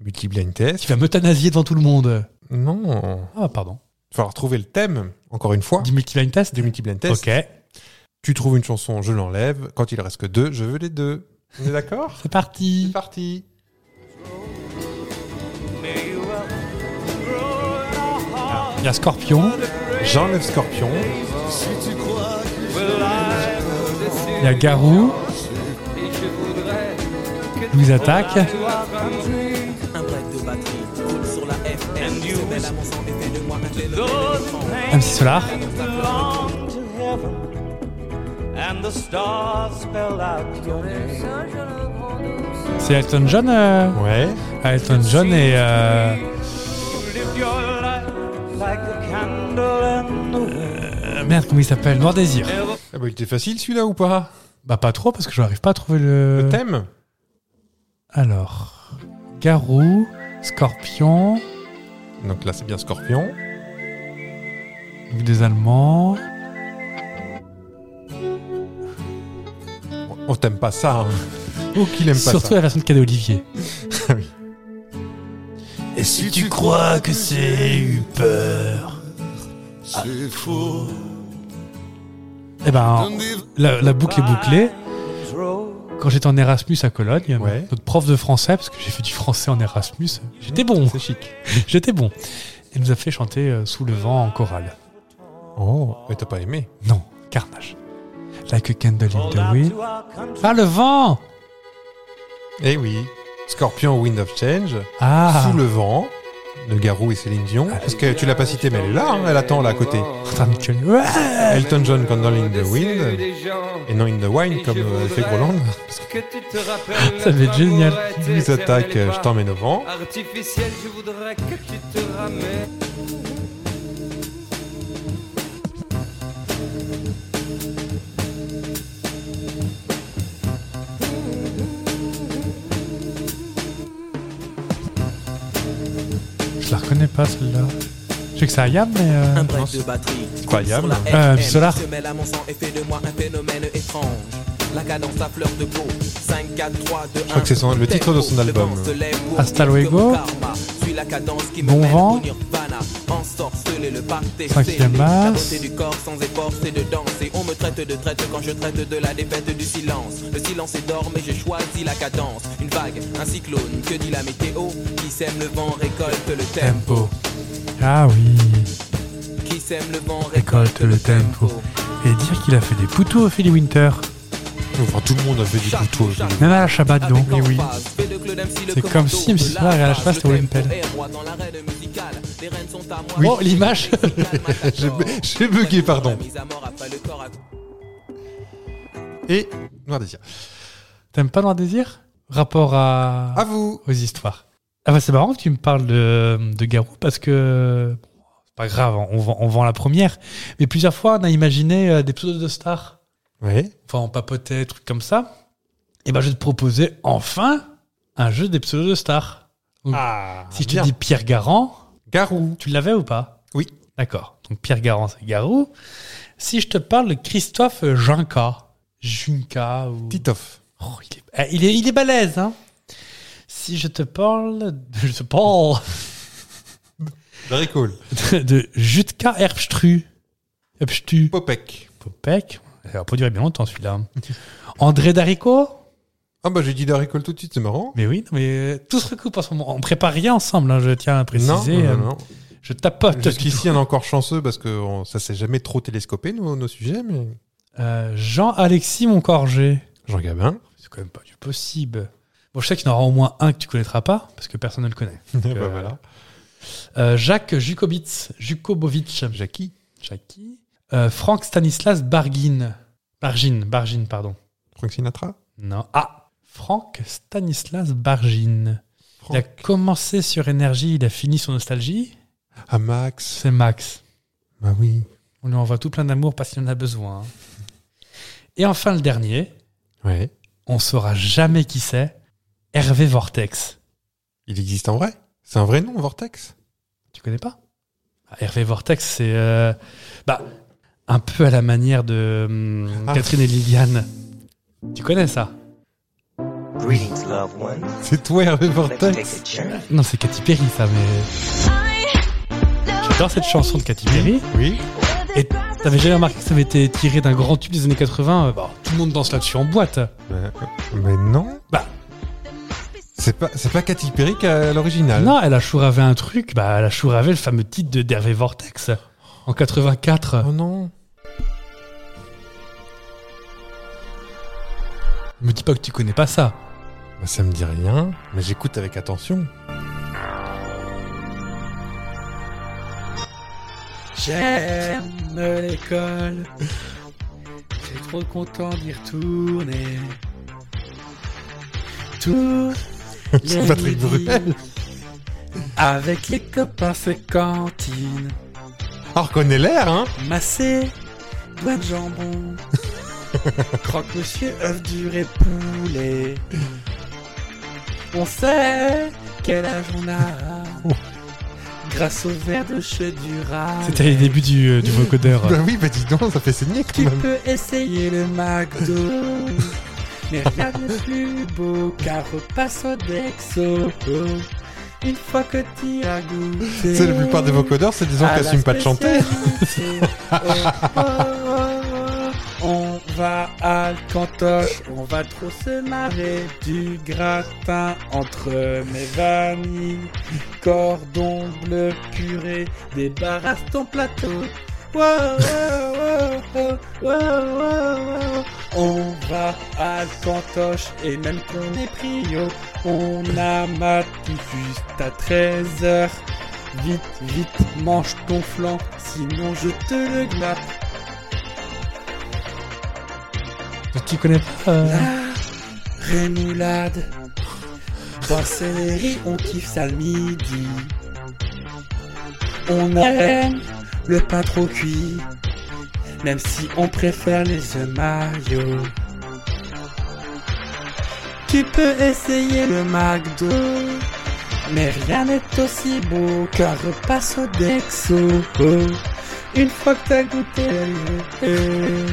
Speaker 5: Multi-blind test
Speaker 4: Oh. Tu vas m'euthanasier devant tout le monde.
Speaker 5: Non.
Speaker 4: Ah, pardon.
Speaker 5: Il va retrouver le thème, encore une fois,
Speaker 4: Du multiline test
Speaker 5: du multi-blind test.
Speaker 4: Ok,
Speaker 5: Tu trouves une chanson, je l'enlève. Quand il reste que deux, je veux les deux. On est d'accord
Speaker 4: c'est
Speaker 5: C'est
Speaker 4: parti.
Speaker 5: parti.
Speaker 4: Il y a Scorpion,
Speaker 5: J'enlève Scorpion.
Speaker 4: il y a Garou, nous attaque. MC Solar, c'est Elton John. euh,
Speaker 5: Ouais.
Speaker 4: Elton John et euh, euh, merde comment il s'appelle Noir Désir.
Speaker 5: Ah bah il était facile celui-là ou pas
Speaker 4: Bah pas trop parce que je n'arrive pas à trouver le.
Speaker 5: Le thème
Speaker 4: Alors, Garou, Scorpion,
Speaker 5: Donc là c'est bien Scorpion.
Speaker 4: donc des Allemands.
Speaker 5: On t'aime pas ça. Hein. Ou qu'il aime pas
Speaker 4: Surtout
Speaker 5: ça. Ah
Speaker 4: la version de Cadet Olivier.
Speaker 5: Oui.
Speaker 4: Et si tu crois que c'est eu peur,
Speaker 8: C'est faux.
Speaker 4: eh ben la, la boucle est
Speaker 8: Ah.
Speaker 4: bouclée. Quand j'étais en Erasmus à Cologne,
Speaker 5: Ouais.
Speaker 4: notre prof de français, parce que j'ai fait du français en Erasmus, j'étais bon.
Speaker 5: C'est chic.
Speaker 4: J'étais bon. Il nous a fait chanter euh, Sous le vent en chorale.
Speaker 5: Oh, mais t'as pas aimé.
Speaker 4: Non, carnage. Like a candle in the wind. Ah, le vent
Speaker 5: Eh oui. Scorpion, Wind of Change,
Speaker 4: Ah,
Speaker 5: Sous le vent, de Garou et Céline Dion. Parce que tu l'as pas cité, mais elle est là, hein, elle attend là à côté.
Speaker 4: Putain, Michel. Ouais.
Speaker 5: Elton John, Candle in the Wind, et non in the Wine, comme euh, fait Groland.
Speaker 4: Ça va être génial.
Speaker 5: Ils attaquent, euh, je t'emmène au vent.
Speaker 9: Artificiel, je voudrais que tu te ramènes.
Speaker 4: Je la reconnais pas celle-là. Je sais que c'est Ayam, mais. euh,
Speaker 10: Un break de batterie.
Speaker 5: Incroyable.
Speaker 10: Sur
Speaker 4: Euh,
Speaker 10: la FM,
Speaker 4: Solar.
Speaker 10: se mêle à mon sang et fait de moi un phénomène étrange. La cadence à fleur de peau. 5, 4, 3, 2, 1. Je
Speaker 5: crois que c'est son- le titre de son album.
Speaker 4: Hasta luego.
Speaker 10: la cadence qui
Speaker 4: Bon
Speaker 10: me mène
Speaker 4: vent.
Speaker 10: au nirvana. Ensorcelé, le parter
Speaker 4: Cinquième
Speaker 10: scellé.
Speaker 4: masse.
Speaker 10: La beauté du corps sans effort, c'est de danser. On me traite de traite quand je traite de la défaite du silence. Le silence est d'or, mais je choisis la cadence. Une vague, un cyclone, que dit la météo Qui sème le vent récolte le tempo.
Speaker 4: Tempo. Ah oui,
Speaker 10: Qui sème le vent
Speaker 4: récolte le tempo. Et dire qu'il a fait des poutous au Philly Winter.
Speaker 5: Enfin, tout le monde a fait du
Speaker 10: Chaque
Speaker 5: couteau.
Speaker 10: jour,
Speaker 4: Même à la Shabbat, donc.
Speaker 3: Ah,
Speaker 10: Avec
Speaker 4: Eh oui.
Speaker 10: l'emphase, fait de Claude MC Bah, le
Speaker 4: C'est comme si M. Solar
Speaker 10: commando
Speaker 4: et
Speaker 10: de
Speaker 4: Alain Chabat, c'était Owen
Speaker 10: tempo
Speaker 4: Pell.
Speaker 10: est roi dans l'arène musicale. Les reines sont à moi.
Speaker 4: Oui. Oh, l'image.
Speaker 5: J'ai j'ai bugué, pardon.
Speaker 10: Mise à mort après le corps à-
Speaker 5: Et Noir Désir.
Speaker 4: T'aimes pas Noir Désir Rapport à.
Speaker 5: À vous.
Speaker 4: aux histoires. Ah bah c'est marrant que tu me parles de, de Garou parce que bon, c'est pas grave, on vend, on vend la première. Mais plusieurs fois, on a imaginé euh, des pseudos de stars.
Speaker 5: Ouais.
Speaker 4: Enfin, on papotait, des trucs comme ça. Et ben, je vais te proposer enfin un jeu des pseudos de stars. Donc,
Speaker 5: Ah,
Speaker 4: si je te
Speaker 5: bien.
Speaker 4: dis Pierre Garand,
Speaker 5: Garou.
Speaker 4: tu l'avais ou pas
Speaker 5: Oui.
Speaker 4: D'accord. Donc Pierre Garand, c'est Garou. Si je te parle de Christophe Junca, Junca ou
Speaker 5: Titoff.
Speaker 4: Oh, il, est, ah, il, est, il est balèze, hein Si je te parle, de- je te parle
Speaker 5: Very cool.
Speaker 4: de, de Jutka Herbstru, Herbstru
Speaker 5: Popek.
Speaker 4: Popek, ça va pas durer bien longtemps celui-là. André Darico
Speaker 5: Ah bah j'ai dit Daricole tout de suite, c'est marrant.
Speaker 4: Mais oui, non, mais euh, tout se recoupe en ce moment. On prépare rien ensemble, hein, je tiens à préciser.
Speaker 5: non, non,
Speaker 4: Euh,
Speaker 5: non, non.
Speaker 4: Je tapote.
Speaker 5: Jusqu'ici, on est encore chanceux parce que on- ça s'est jamais trop télescopé, nos, nos sujets, mais.
Speaker 4: Euh, Jean-Alexis Moncorgé.
Speaker 5: Jean Gabin.
Speaker 4: C'est quand même pas du possible. Bon, je sais qu'il y en aura au moins un que tu connaîtras pas, parce que personne ne le connaît.
Speaker 5: Bah,
Speaker 4: euh,
Speaker 5: voilà.
Speaker 4: Euh, Jacques Jukobitz, Jukobovic.
Speaker 5: Jackie.
Speaker 4: Jackie. Euh, Franck Stanislas Bargin. Bargin, Bargin, pardon.
Speaker 5: Frank Sinatra.
Speaker 4: Non. Ah Franck Stanislas Bargine. Il a
Speaker 5: Franck.
Speaker 4: commencé sur Énergie, il a fini sur Nostalgie.
Speaker 5: Ah, Max.
Speaker 4: C'est Max.
Speaker 5: Bah oui.
Speaker 4: On lui envoie tout plein d'amour parce qu'il en a besoin. hein. Et enfin, le dernier,
Speaker 5: Ouais.
Speaker 4: on saura jamais qui c'est, Hervé Vortex.
Speaker 5: Il existe en vrai C'est un vrai nom, Vortex
Speaker 4: Tu connais pas Ah, Hervé Vortex, c'est euh, bah, un peu à la manière de hum,
Speaker 5: Ah.
Speaker 4: Catherine et Liliane. Tu connais ça
Speaker 2: Greetings, loved ones.
Speaker 5: C'est toi, Hervé
Speaker 2: Let's take
Speaker 5: Vortex
Speaker 2: a journey.
Speaker 4: Non, c'est Katy Perry, ça, mais. J'adore cette chanson de Katy Perry.
Speaker 5: Oui.
Speaker 4: Et t'avais jamais remarqué que ça avait été tiré d'un grand tube des années 80 euh, bah, Tout le monde danse là-dessus en boîte.
Speaker 5: Bah, mais non.
Speaker 4: Bah.
Speaker 5: C'est pas, c'est pas Katy Perry qui a l'original.
Speaker 4: Non, elle a chouravé un truc. Bah, elle a chouravé le fameux titre de d'Hervé Vortex en 84.
Speaker 5: Oh non.
Speaker 4: Me dis pas que tu connais pas ça.
Speaker 5: Bah, ça me dit rien, mais j'écoute avec attention.
Speaker 3: J'aime l'école. J'ai trop content d'y retourner. Tout.
Speaker 5: C'est Patrick Bruel.
Speaker 3: Avec les copains, c'est cantine.
Speaker 5: Ah, reconnaît l'air, hein
Speaker 3: Massé, doigt de jambon. Croque-monsieur, œuf dur et poulet. On sait quel âge on a. Grâce au verre de chez Duras.
Speaker 4: C'était les débuts du, euh, du vocodeur.
Speaker 5: Bah oui, bah dis donc, ça fait saigner quand
Speaker 3: Tu
Speaker 5: même.
Speaker 3: peux essayer le McDo, mais rien de plus beau qu'un repas au Dexo. Une fois que tu as goûté,
Speaker 5: C'est la plupart des vocodeurs, c'est des gens qui
Speaker 3: à Ah, la
Speaker 5: n'assument pas de chanter.
Speaker 3: spécialité. Oh, oh, oh. On va à Cantoche, on va trop se marrer. Du gratin entre mes vanilles, cordon bleu puré, débarrasse ton plateau. Wow, wow, wow, wow, wow, wow. On va à Cantoche et même qu'on est prio, on amate tout juste à 13h. Vite, vite, mange ton flanc, sinon je te le glace.
Speaker 4: Tu connais pas euh,
Speaker 3: Rémoulade. Dans le céleri, on kiffe ça le midi. On aime le pain trop cuit, même si on préfère les œufs Mario. Tu peux essayer le McDo, mais rien n'est aussi beau qu'un repas au Dexo. Une fois que t'as goûté euh,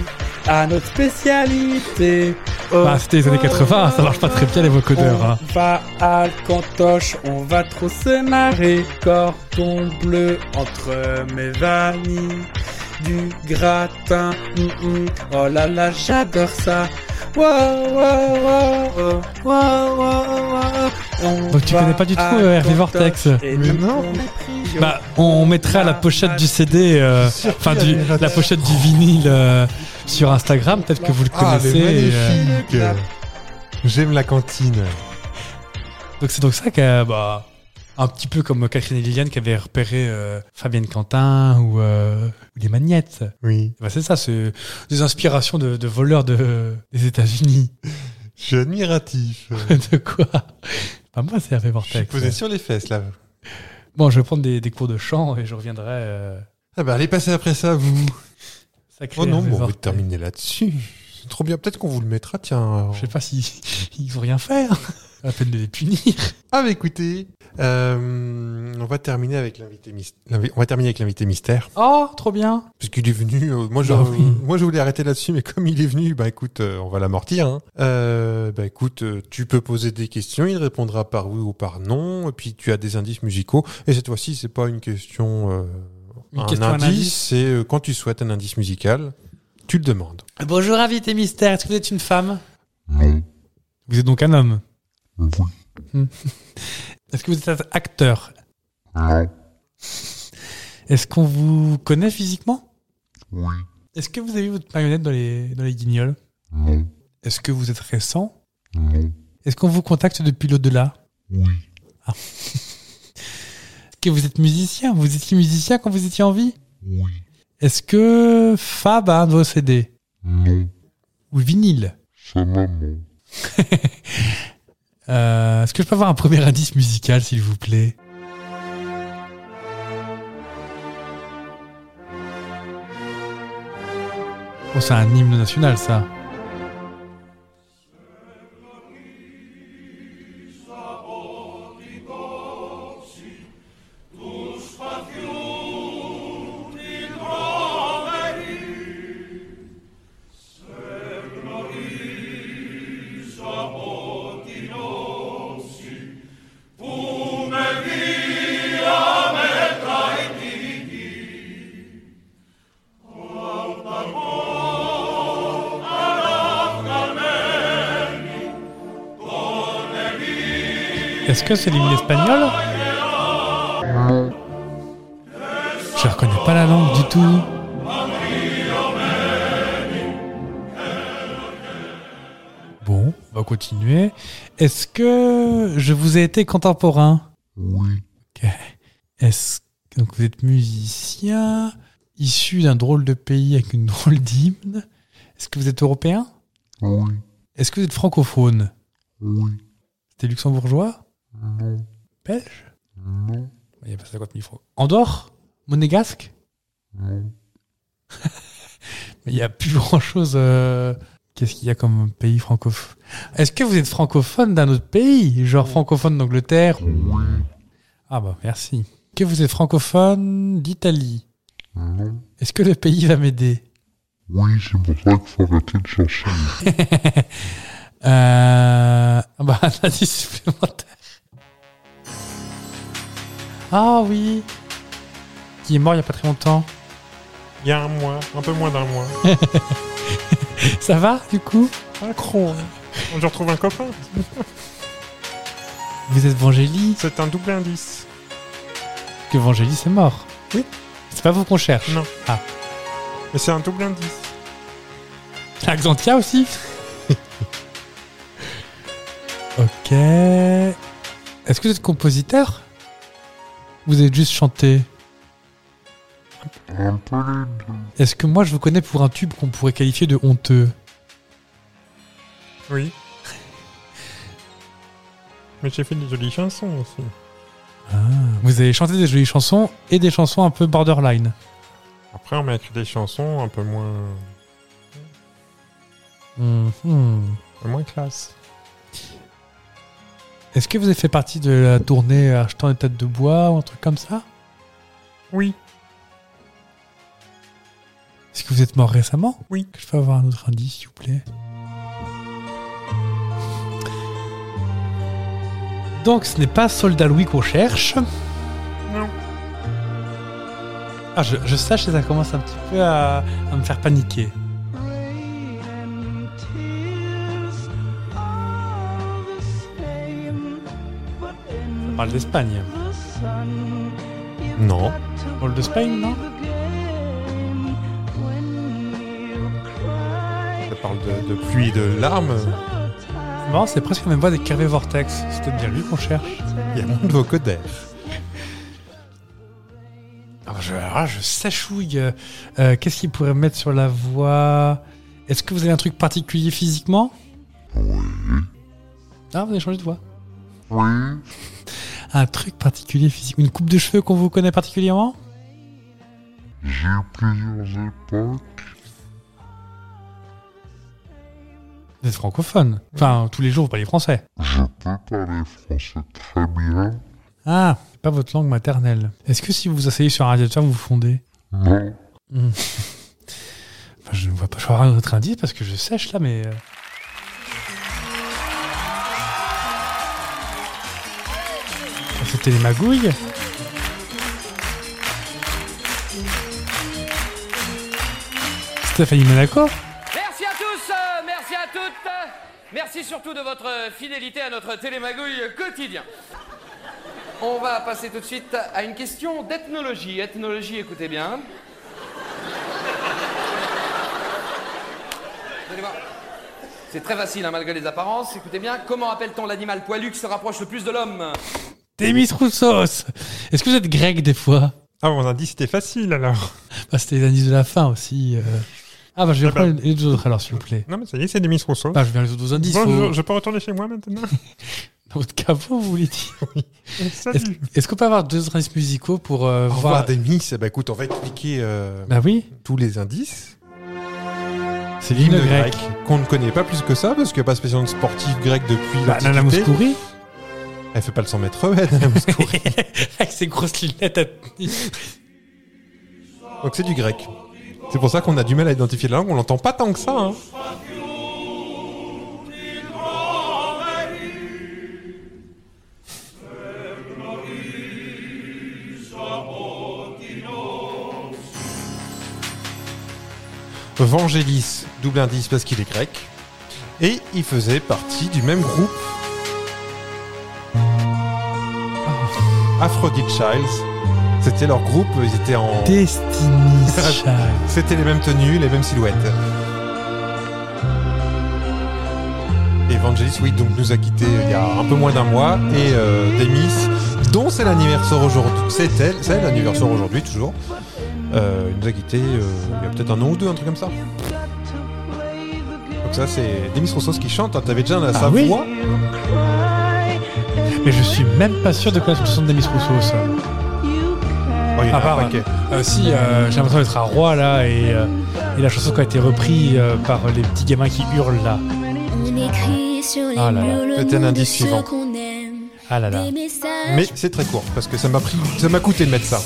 Speaker 3: à notre spécialité. oh,
Speaker 4: Bah, c'était les années 80, ça marche pas très bien les vocodeurs. hein.
Speaker 3: on va à Cantoche, on va trop se marrer. Cordon bleu entre mes vanilles. Du gratin, mm, mm. oh là là, j'adore ça. Wow, wow, wow, wow, wow, wow, wow. On
Speaker 4: Donc tu
Speaker 3: va
Speaker 4: connais pas du tout,
Speaker 3: à
Speaker 4: euh, Hervé
Speaker 3: Cantoche
Speaker 4: Vortex.
Speaker 3: et
Speaker 5: Mais
Speaker 3: nous,
Speaker 5: non.
Speaker 3: on est pris au-
Speaker 4: Bah, on mettra la pochette du CD, euh, enfin du- la pochette du vinyle euh, sur Instagram, peut-être que vous le
Speaker 5: Ah, mais
Speaker 4: connaissez. et, euh,
Speaker 5: magnifique J'aime la cantine.
Speaker 4: donc c'est donc ça que, bah, un petit peu comme Catherine et Liliane qui avaient repéré euh, Fabienne Quentin ou, euh, ou les Magnettes.
Speaker 5: Oui.
Speaker 4: Bah, c'est ça, c'est des inspirations de, de voleurs de, des États-Unis.
Speaker 5: Je suis admiratif.
Speaker 4: de quoi Bah, moi, c'est Hervé
Speaker 5: Je suis
Speaker 4: Vortex.
Speaker 5: posé sur les fesses, là.
Speaker 4: Bon, je vais prendre des, des cours de chant et je reviendrai. euh,
Speaker 5: Ah bah, allez passer après ça, vous.
Speaker 4: sacré
Speaker 5: Oh non,
Speaker 4: Hervé
Speaker 5: bon, on va
Speaker 4: Vortex.
Speaker 5: terminer là-dessus. C'est trop bien. Peut-être qu'on vous le mettra, tiens.
Speaker 4: Je sais pas si ils vont rien faire. À peine de les punir.
Speaker 5: Ah bah écoutez, euh, on va terminer avec l'invité mystère. On va terminer avec l'invité mystère.
Speaker 4: Oh, trop bien.
Speaker 5: Parce qu'il est venu, euh, moi je,
Speaker 4: Bah oui.
Speaker 5: moi je voulais arrêter là-dessus, mais comme il est venu, bah écoute, euh, on va l'amortir. Hein. Euh, bah écoute, euh, tu peux poser des questions, il répondra par oui ou par non, et puis tu as des indices musicaux. Et cette fois-ci, c'est pas une question, euh,
Speaker 4: Une
Speaker 5: un
Speaker 4: question, un
Speaker 5: indice,
Speaker 4: indice.
Speaker 5: c'est euh, quand tu souhaites un indice musical, tu le demandes.
Speaker 4: Bonjour, invité mystère. Est-ce que vous êtes une femme Vous êtes donc un homme Hmm. Est-ce que vous êtes acteur Est-ce qu'on vous connaît physiquement Est-ce que vous avez votre marionnette dans les, dans les guignols Est-ce que vous êtes récent Est-ce qu'on vous contacte depuis l'au-delà Ah. Est-ce que vous êtes musicien Vous étiez musicien quand vous étiez en vie Est-ce que Fab a un de vos CD Ou vinyle Euh, Est-ce que je peux avoir un premier indice musical, s'il vous plaît Oh, c'est un hymne national, ça. Est-ce que c'est l'hymne espagnol Je reconnais pas la langue du tout. Bon, bah, on va continuer. Est-ce que je vous ai été contemporain
Speaker 11: Oui.
Speaker 4: Ok. Est-ce donc vous êtes musicien issu d'un drôle de pays avec une drôle d'hymne Est-ce que vous êtes européen
Speaker 11: Oui.
Speaker 4: Est-ce que vous êtes francophone
Speaker 11: Oui.
Speaker 4: C'était luxembourgeois
Speaker 11: Non.
Speaker 4: Belge
Speaker 11: Non.
Speaker 4: Il n'y a pas 50 000 francs. Andorre Monégasque
Speaker 11: Non.
Speaker 4: Mais il n'y a plus grand-chose. euh, Qu'est-ce qu'il y a comme pays francophone Est-ce que vous êtes francophone d'un autre pays Genre francophone d'Angleterre
Speaker 11: Oui.
Speaker 4: Ah bah merci. Est-ce que vous êtes francophone d'Italie
Speaker 11: Non.
Speaker 4: Est-ce que le pays va m'aider
Speaker 11: Oui, c'est pour ça qu'il faut arrêter de chercher.
Speaker 4: Euh, Ah bah un indice supplémentaire. Ah oui Qui est mort il n'y a pas très longtemps.
Speaker 5: Il y a un mois, un peu moins d'un mois.
Speaker 4: Ça va du coup
Speaker 5: Un cron. Je retrouve un copain.
Speaker 4: Vous êtes Vangélie
Speaker 5: C'est un double indice.
Speaker 4: Que Vangélie c'est mort
Speaker 5: Oui.
Speaker 4: C'est pas vous qu'on cherche
Speaker 5: Non.
Speaker 4: Ah.
Speaker 5: Mais c'est un double indice.
Speaker 4: La Xantia aussi Ok. Est-ce que vous êtes compositeur Vous avez juste chanté
Speaker 11: Un peu les deux.
Speaker 4: Est-ce que moi je vous connais pour un tube qu'on pourrait qualifier de honteux
Speaker 5: Oui. Mais j'ai fait des jolies chansons aussi.
Speaker 4: Vous avez chanté des jolies chansons et des chansons un peu borderline.
Speaker 5: Après, on m'a écrit des chansons un peu moins,
Speaker 4: Mhm.
Speaker 5: un peu moins classe.
Speaker 4: Est-ce que vous avez fait partie de la tournée Achetant des têtes de bois ou un truc comme ça
Speaker 5: Oui.
Speaker 4: Est-ce que vous êtes mort récemment
Speaker 5: Oui.
Speaker 4: Que je peux avoir un autre indice, s'il vous plaît Donc, ce n'est pas Soldat Louis qu'on cherche.
Speaker 5: Non.
Speaker 4: Ah, je, je sache que ça commence un petit peu à, à me faire paniquer. On parle d'Espagne.
Speaker 5: Non.
Speaker 4: On parle d'Espagne, non
Speaker 5: Ça parle de, de pluie et de larmes.
Speaker 4: C'est marrant, c'est presque la même voix des Carvé Vortex. C'était bien lui qu'on cherche.
Speaker 5: Il y a moins de vocodères.
Speaker 4: Ah, je, ah, je sachouille. Euh, euh, Qu'est-ce qu'il pourrait mettre sur la voix Est-ce que vous avez un truc particulier physiquement Ah, vous avez changé de voix.
Speaker 11: Oui.
Speaker 4: Un truc particulier physiquement. Une coupe de cheveux qu'on vous connaît particulièrement
Speaker 11: J'ai eu plusieurs époques.
Speaker 4: Vous êtes francophone. Enfin, tous les jours, vous parlez français.
Speaker 11: Je peux parler français très bien.
Speaker 4: Ah, c'est pas votre langue maternelle. Est-ce que si vous vous asseyez sur un radiateur, vous vous fondez Hmm.
Speaker 11: Non.
Speaker 4: Enfin, Je ne vois pas. Je vais avoir un autre indice parce que je sèche là, mais. euh, C'était les magouilles Stéphanie Monaco
Speaker 9: Merci à tous, euh, merci à toutes, euh, merci surtout de votre euh, fidélité à notre télémagouille quotidien. On va passer tout de suite à une question d'ethnologie. Ethnologie, écoutez bien. Vous allez voir. C'est très facile, hein, malgré les apparences. Écoutez bien, comment appelle-t-on l'animal poilu qui se rapproche le plus de l'homme
Speaker 4: Demis Roussos Est-ce que vous êtes grec des fois
Speaker 5: Ah, mon indice c'était facile alors.
Speaker 4: Bah, C'était les indices de la fin aussi. euh. Ah bah je vais prendre les autres alors s'il vous plaît.
Speaker 5: Non mais ça y est, c'est des Miss Rousseau.
Speaker 4: Bah je viens les autres indices.
Speaker 5: Bonjour,
Speaker 4: faut-
Speaker 5: je peux retourner chez moi maintenant
Speaker 4: Dans votre capot, vous voulez dire
Speaker 5: Salut.
Speaker 4: Est-ce est-ce qu'on peut avoir deux indices musicaux pour euh,
Speaker 5: Au
Speaker 4: voir
Speaker 5: revoir des Miss. Eh ben, écoute, on va expliquer euh,
Speaker 4: Bah oui,
Speaker 5: tous les indices.
Speaker 4: c'est l'hymne
Speaker 5: Hymne
Speaker 4: grec.
Speaker 5: Qu'on ne connaît pas plus que ça, parce qu'il n'y a pas spécialement de sportif grec depuis
Speaker 4: Bah, Nana
Speaker 5: l'Antiquité.
Speaker 4: Mouskouri
Speaker 5: Elle fait pas le 100 mètres, ouais, Nana Mouskouri.
Speaker 4: Avec ses grosses lunettes à
Speaker 5: Donc c'est du grec. C'est pour ça qu'on a du mal à identifier la langue, on l'entend pas tant que ça. hein. Vangelis, double indice parce qu'il est grec. Et il faisait partie du même groupe. Aphrodite Childs. C'était leur groupe, ils étaient en.
Speaker 4: Destiny's Child.
Speaker 5: C'était les mêmes tenues, les mêmes silhouettes. Et Vangelis, oui, donc nous a quittés il y a un peu moins d'un mois. Et euh, Demis, dont c'est l'anniversaire aujourd'hui, c'est elle, c'est l'anniversaire aujourd'hui toujours. Euh, il nous a quittés euh, il y a peut-être un an ou deux, un truc comme ça. Donc ça, c'est Demis Roussos qui chante. hein. T'avais déjà la,
Speaker 4: Ah
Speaker 5: sa
Speaker 4: oui.
Speaker 5: voix. Oh,
Speaker 4: Mais je suis même pas sûr de connaître le son de Demis Rousseau, ça.
Speaker 5: Oh, il y en a
Speaker 4: À part,
Speaker 5: un paquet.
Speaker 4: euh, si, euh, j'ai l'impression d'être un roi là et, euh, et la chanson qui a été reprise euh, par les petits gamins qui hurlent là.
Speaker 7: On écrit sur les
Speaker 4: Ah là là,
Speaker 7: murs le
Speaker 5: peut-être un
Speaker 7: nom de
Speaker 5: indice
Speaker 7: ceux
Speaker 5: suivant.
Speaker 7: qu'on aime.
Speaker 4: Ah là là.
Speaker 7: Des messages
Speaker 5: Mais c'est très court parce que ça m'a pris, ça m'a coûté de mettre ça.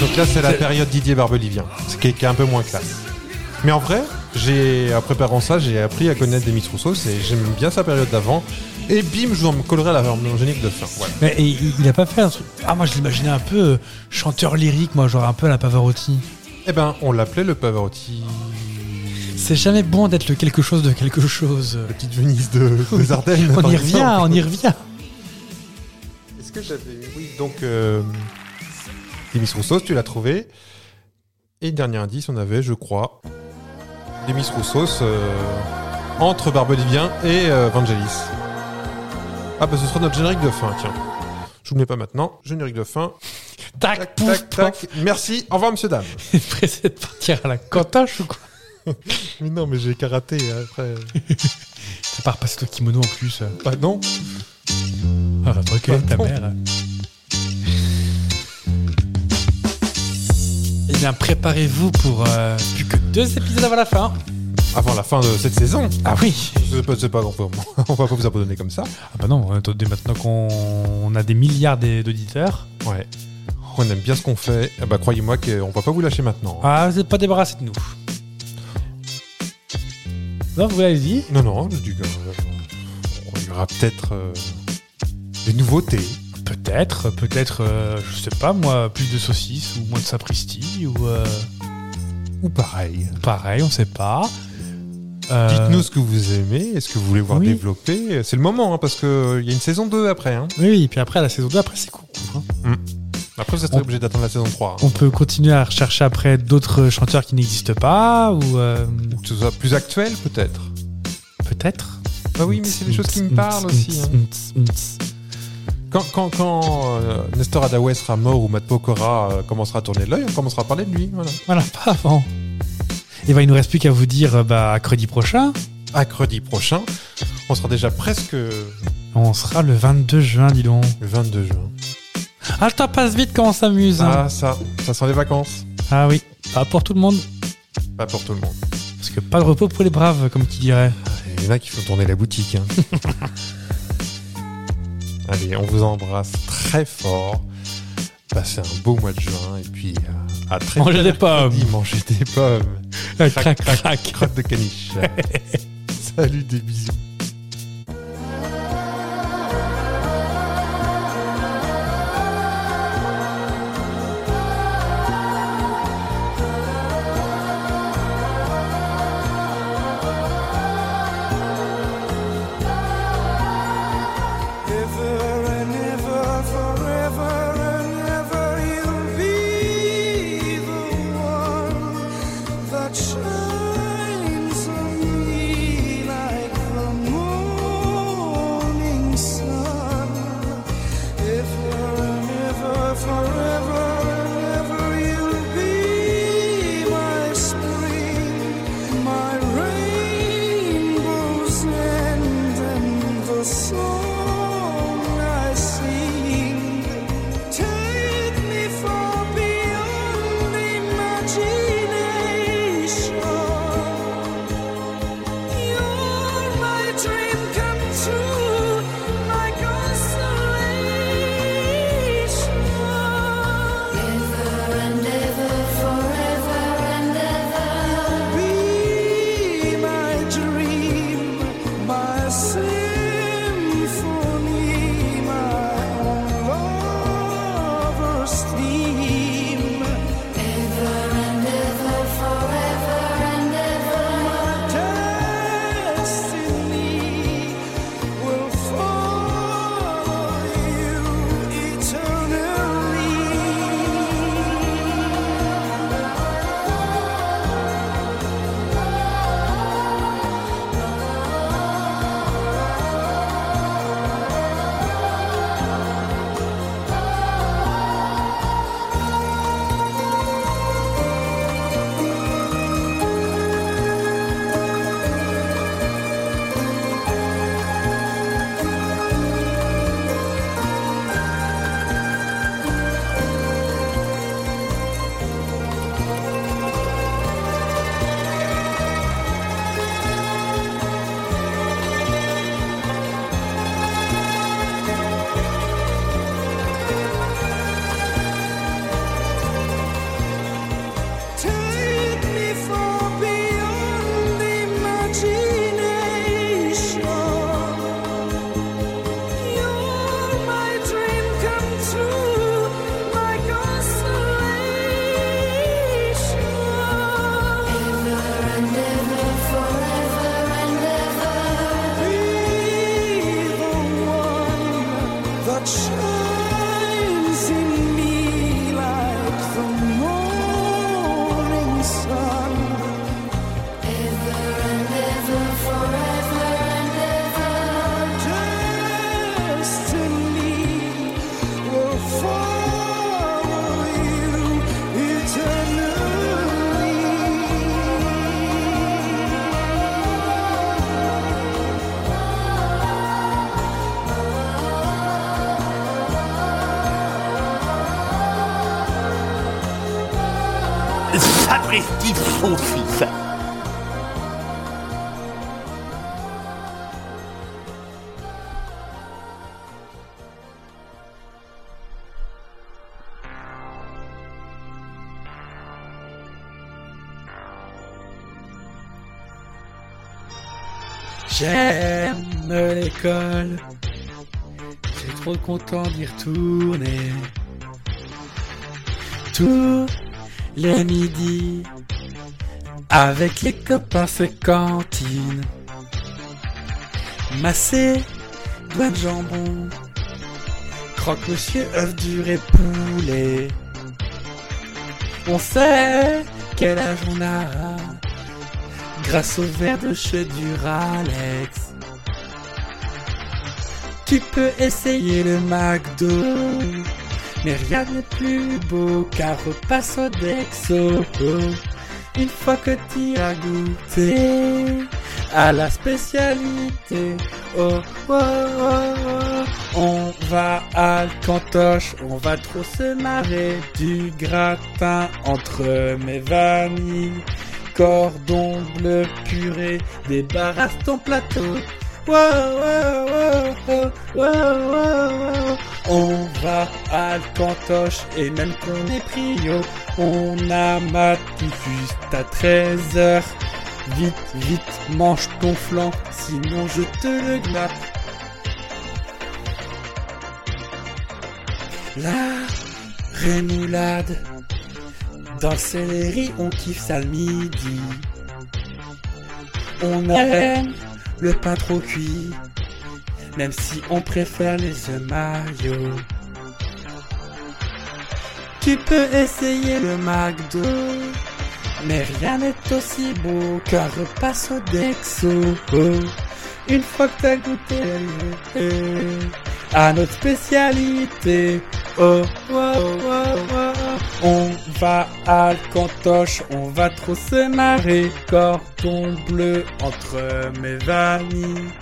Speaker 5: Donc là, c'est la période Didier Barbelivien, ce qui est, qui est un peu moins classe. Mais en vrai, j'ai, en préparant ça, j'ai appris à connaître Demis Rousseau, c'est, j'aime bien sa période d'avant, et bim, je vous en collerai la version génique de fin. Voilà.
Speaker 4: Mais et- il il a pas fait un truc. Ah, moi je l'imaginais un peu euh, chanteur lyrique, moi, genre un peu à la Pavarotti.
Speaker 5: Eh ben, on l'appelait le Pavarotti,
Speaker 4: C'est jamais bon d'être le quelque chose de quelque chose.
Speaker 5: petite Venise de, des Ardennes.
Speaker 4: On
Speaker 5: par
Speaker 4: y
Speaker 5: exemple.
Speaker 4: revient, on y revient.
Speaker 5: Est-ce que j'avais. Oui, donc. Euh... Demis Roussos, tu l'as trouvé. Et dernier indice, on avait, je crois, Demis Roussos euh, entre Barbelivien et euh, Vangelis. Ah, bah ce sera notre générique de fin, tiens. Je vous le mets pas maintenant. Générique de fin.
Speaker 4: Tac,
Speaker 5: Tac,
Speaker 4: pouf,
Speaker 5: tac, tac. Merci. Au revoir, monsieur, dame.
Speaker 4: T'es pressé de partir à la cantoche ou quoi
Speaker 5: Mais non, mais j'ai karaté hein, après.
Speaker 4: Ça part passer ton kimono en plus.
Speaker 5: Bah non.
Speaker 4: Ah, va te recueillir ta
Speaker 5: Pardon.
Speaker 4: mère. Eh bien, préparez-vous pour euh, plus que deux épisodes avant la fin.
Speaker 5: Avant la fin de cette saison.
Speaker 4: Ah oui
Speaker 5: C'est pas, c'est pas on, peut- on va pas vous abandonner comme ça.
Speaker 4: Ah bah non, attendez, maintenant qu'on on a des milliards d'é- d'auditeurs.
Speaker 5: Ouais. On aime bien ce qu'on fait. Eh bah croyez-moi qu'on va pas vous lâcher maintenant. hein.
Speaker 4: Ah, vous n'êtes pas débarrassé de nous. Non, vous l'avez dit
Speaker 5: Non, non, du, euh, il y aura peut-être euh, des nouveautés.
Speaker 4: Peut-être, peut-être, euh, je sais pas moi, plus de saucisses ou moins de sapristi ou euh,
Speaker 5: Ou pareil.
Speaker 4: pareil, on sait pas. Euh,
Speaker 5: Dites-nous ce que vous aimez, est-ce que vous voulez voir
Speaker 4: oui.
Speaker 5: développer. C'est le moment, hein, parce qu'il y a une saison 2 après. hein.
Speaker 4: Oui, oui, et puis après, la saison 2, après, c'est cool. hein.
Speaker 5: Après, vous êtes obligé d'attendre la saison 3. hein.
Speaker 4: On peut continuer à rechercher après d'autres chanteurs qui n'existent pas ou euh,
Speaker 5: Ou que ce soit plus actuel, peut-être.
Speaker 4: peut-être.
Speaker 5: Bah oui, mais c'est des choses qui me parlent aussi. hein. Quand, quand, quand euh, Nestor Adaoué sera mort ou Matt Pokora euh, commencera à tourner de l'œil, on commencera à parler de lui. Voilà.
Speaker 4: Voilà, pas avant. Et ben, il nous reste plus qu'à vous dire euh, bah, à mercredi prochain.
Speaker 5: Mercredi prochain, on sera déjà presque le
Speaker 4: On sera le 22 juin, dis donc.
Speaker 5: 22 juin.
Speaker 4: Ah, le temps passe vite quand on s'amuse. hein.
Speaker 5: Ah, ça, ça sent les vacances.
Speaker 4: Ah oui, pas pour tout le monde.
Speaker 5: Pas pour tout le monde.
Speaker 4: Parce que pas de repos pour les braves, comme qui dirait.
Speaker 5: Il y en a qui font tourner la boutique. hein. Allez, on vous embrasse très fort. Passez un beau mois de juin et puis euh, à très
Speaker 4: Mangez des
Speaker 5: mercredi.
Speaker 4: pommes.
Speaker 5: Mangez des pommes.
Speaker 4: Crac,
Speaker 5: euh, Crac,
Speaker 4: crac,
Speaker 5: crac,
Speaker 4: crac.
Speaker 5: crotte de caniche. Salut, des bisous.
Speaker 12: Forever
Speaker 2: prestige saucisse.
Speaker 4: J'aime l'école. J'ai trop content d'y retourner. Tous les midis, avec les copains, c'est cantine. Massé, doigts de jambon, croque-monsieur, œuf dur et poulet. On sait quel âge on a, grâce au verre de chez Duralex. Tu peux essayer le McDo, mais rien n'est plus beau qu'un repas Sodexo. Une fois que tu as goûté à la spécialité, oh, oh, oh, oh. on va à Cantoche, on va trop se marrer. Du gratin entre mes vanilles, cordon bleu puré, débarrasse ton plateau. Oh, Wow, wow, wow, wow, wow, wow, wow. oh, On va à Cantoche et même qu'on est prio, on amat tout juste à 13h. Vite, vite, mange ton flanc, sinon je te le glace. La rémoulade, dans le céleri on kiffe ça le midi. On aime le pain trop cuit, même si on préfère les œufs maillots. Tu peux essayer le McDo, mais rien n'est aussi beau qu'un repas Sodexo. Une fois que t'as goûté euh, à notre spécialité, oh, oh, oh, oh, on va à Cantoche, on va trop se marrer. Cordon bleu entre mes vanilles,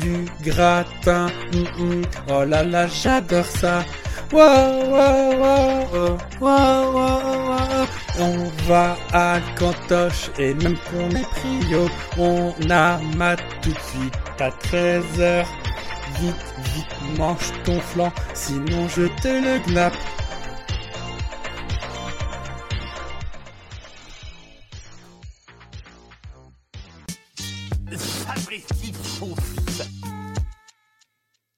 Speaker 4: du gratin, mm, mm. oh là là, j'adore ça. Wow, wow, wow, wow, wow, wow, wow. On va à Cantoche et même qu'on est prio, on amat tout de suite à 13h. Vite, vite, mange ton flanc, sinon je te le gnappe.
Speaker 2: Sapristi saucisse.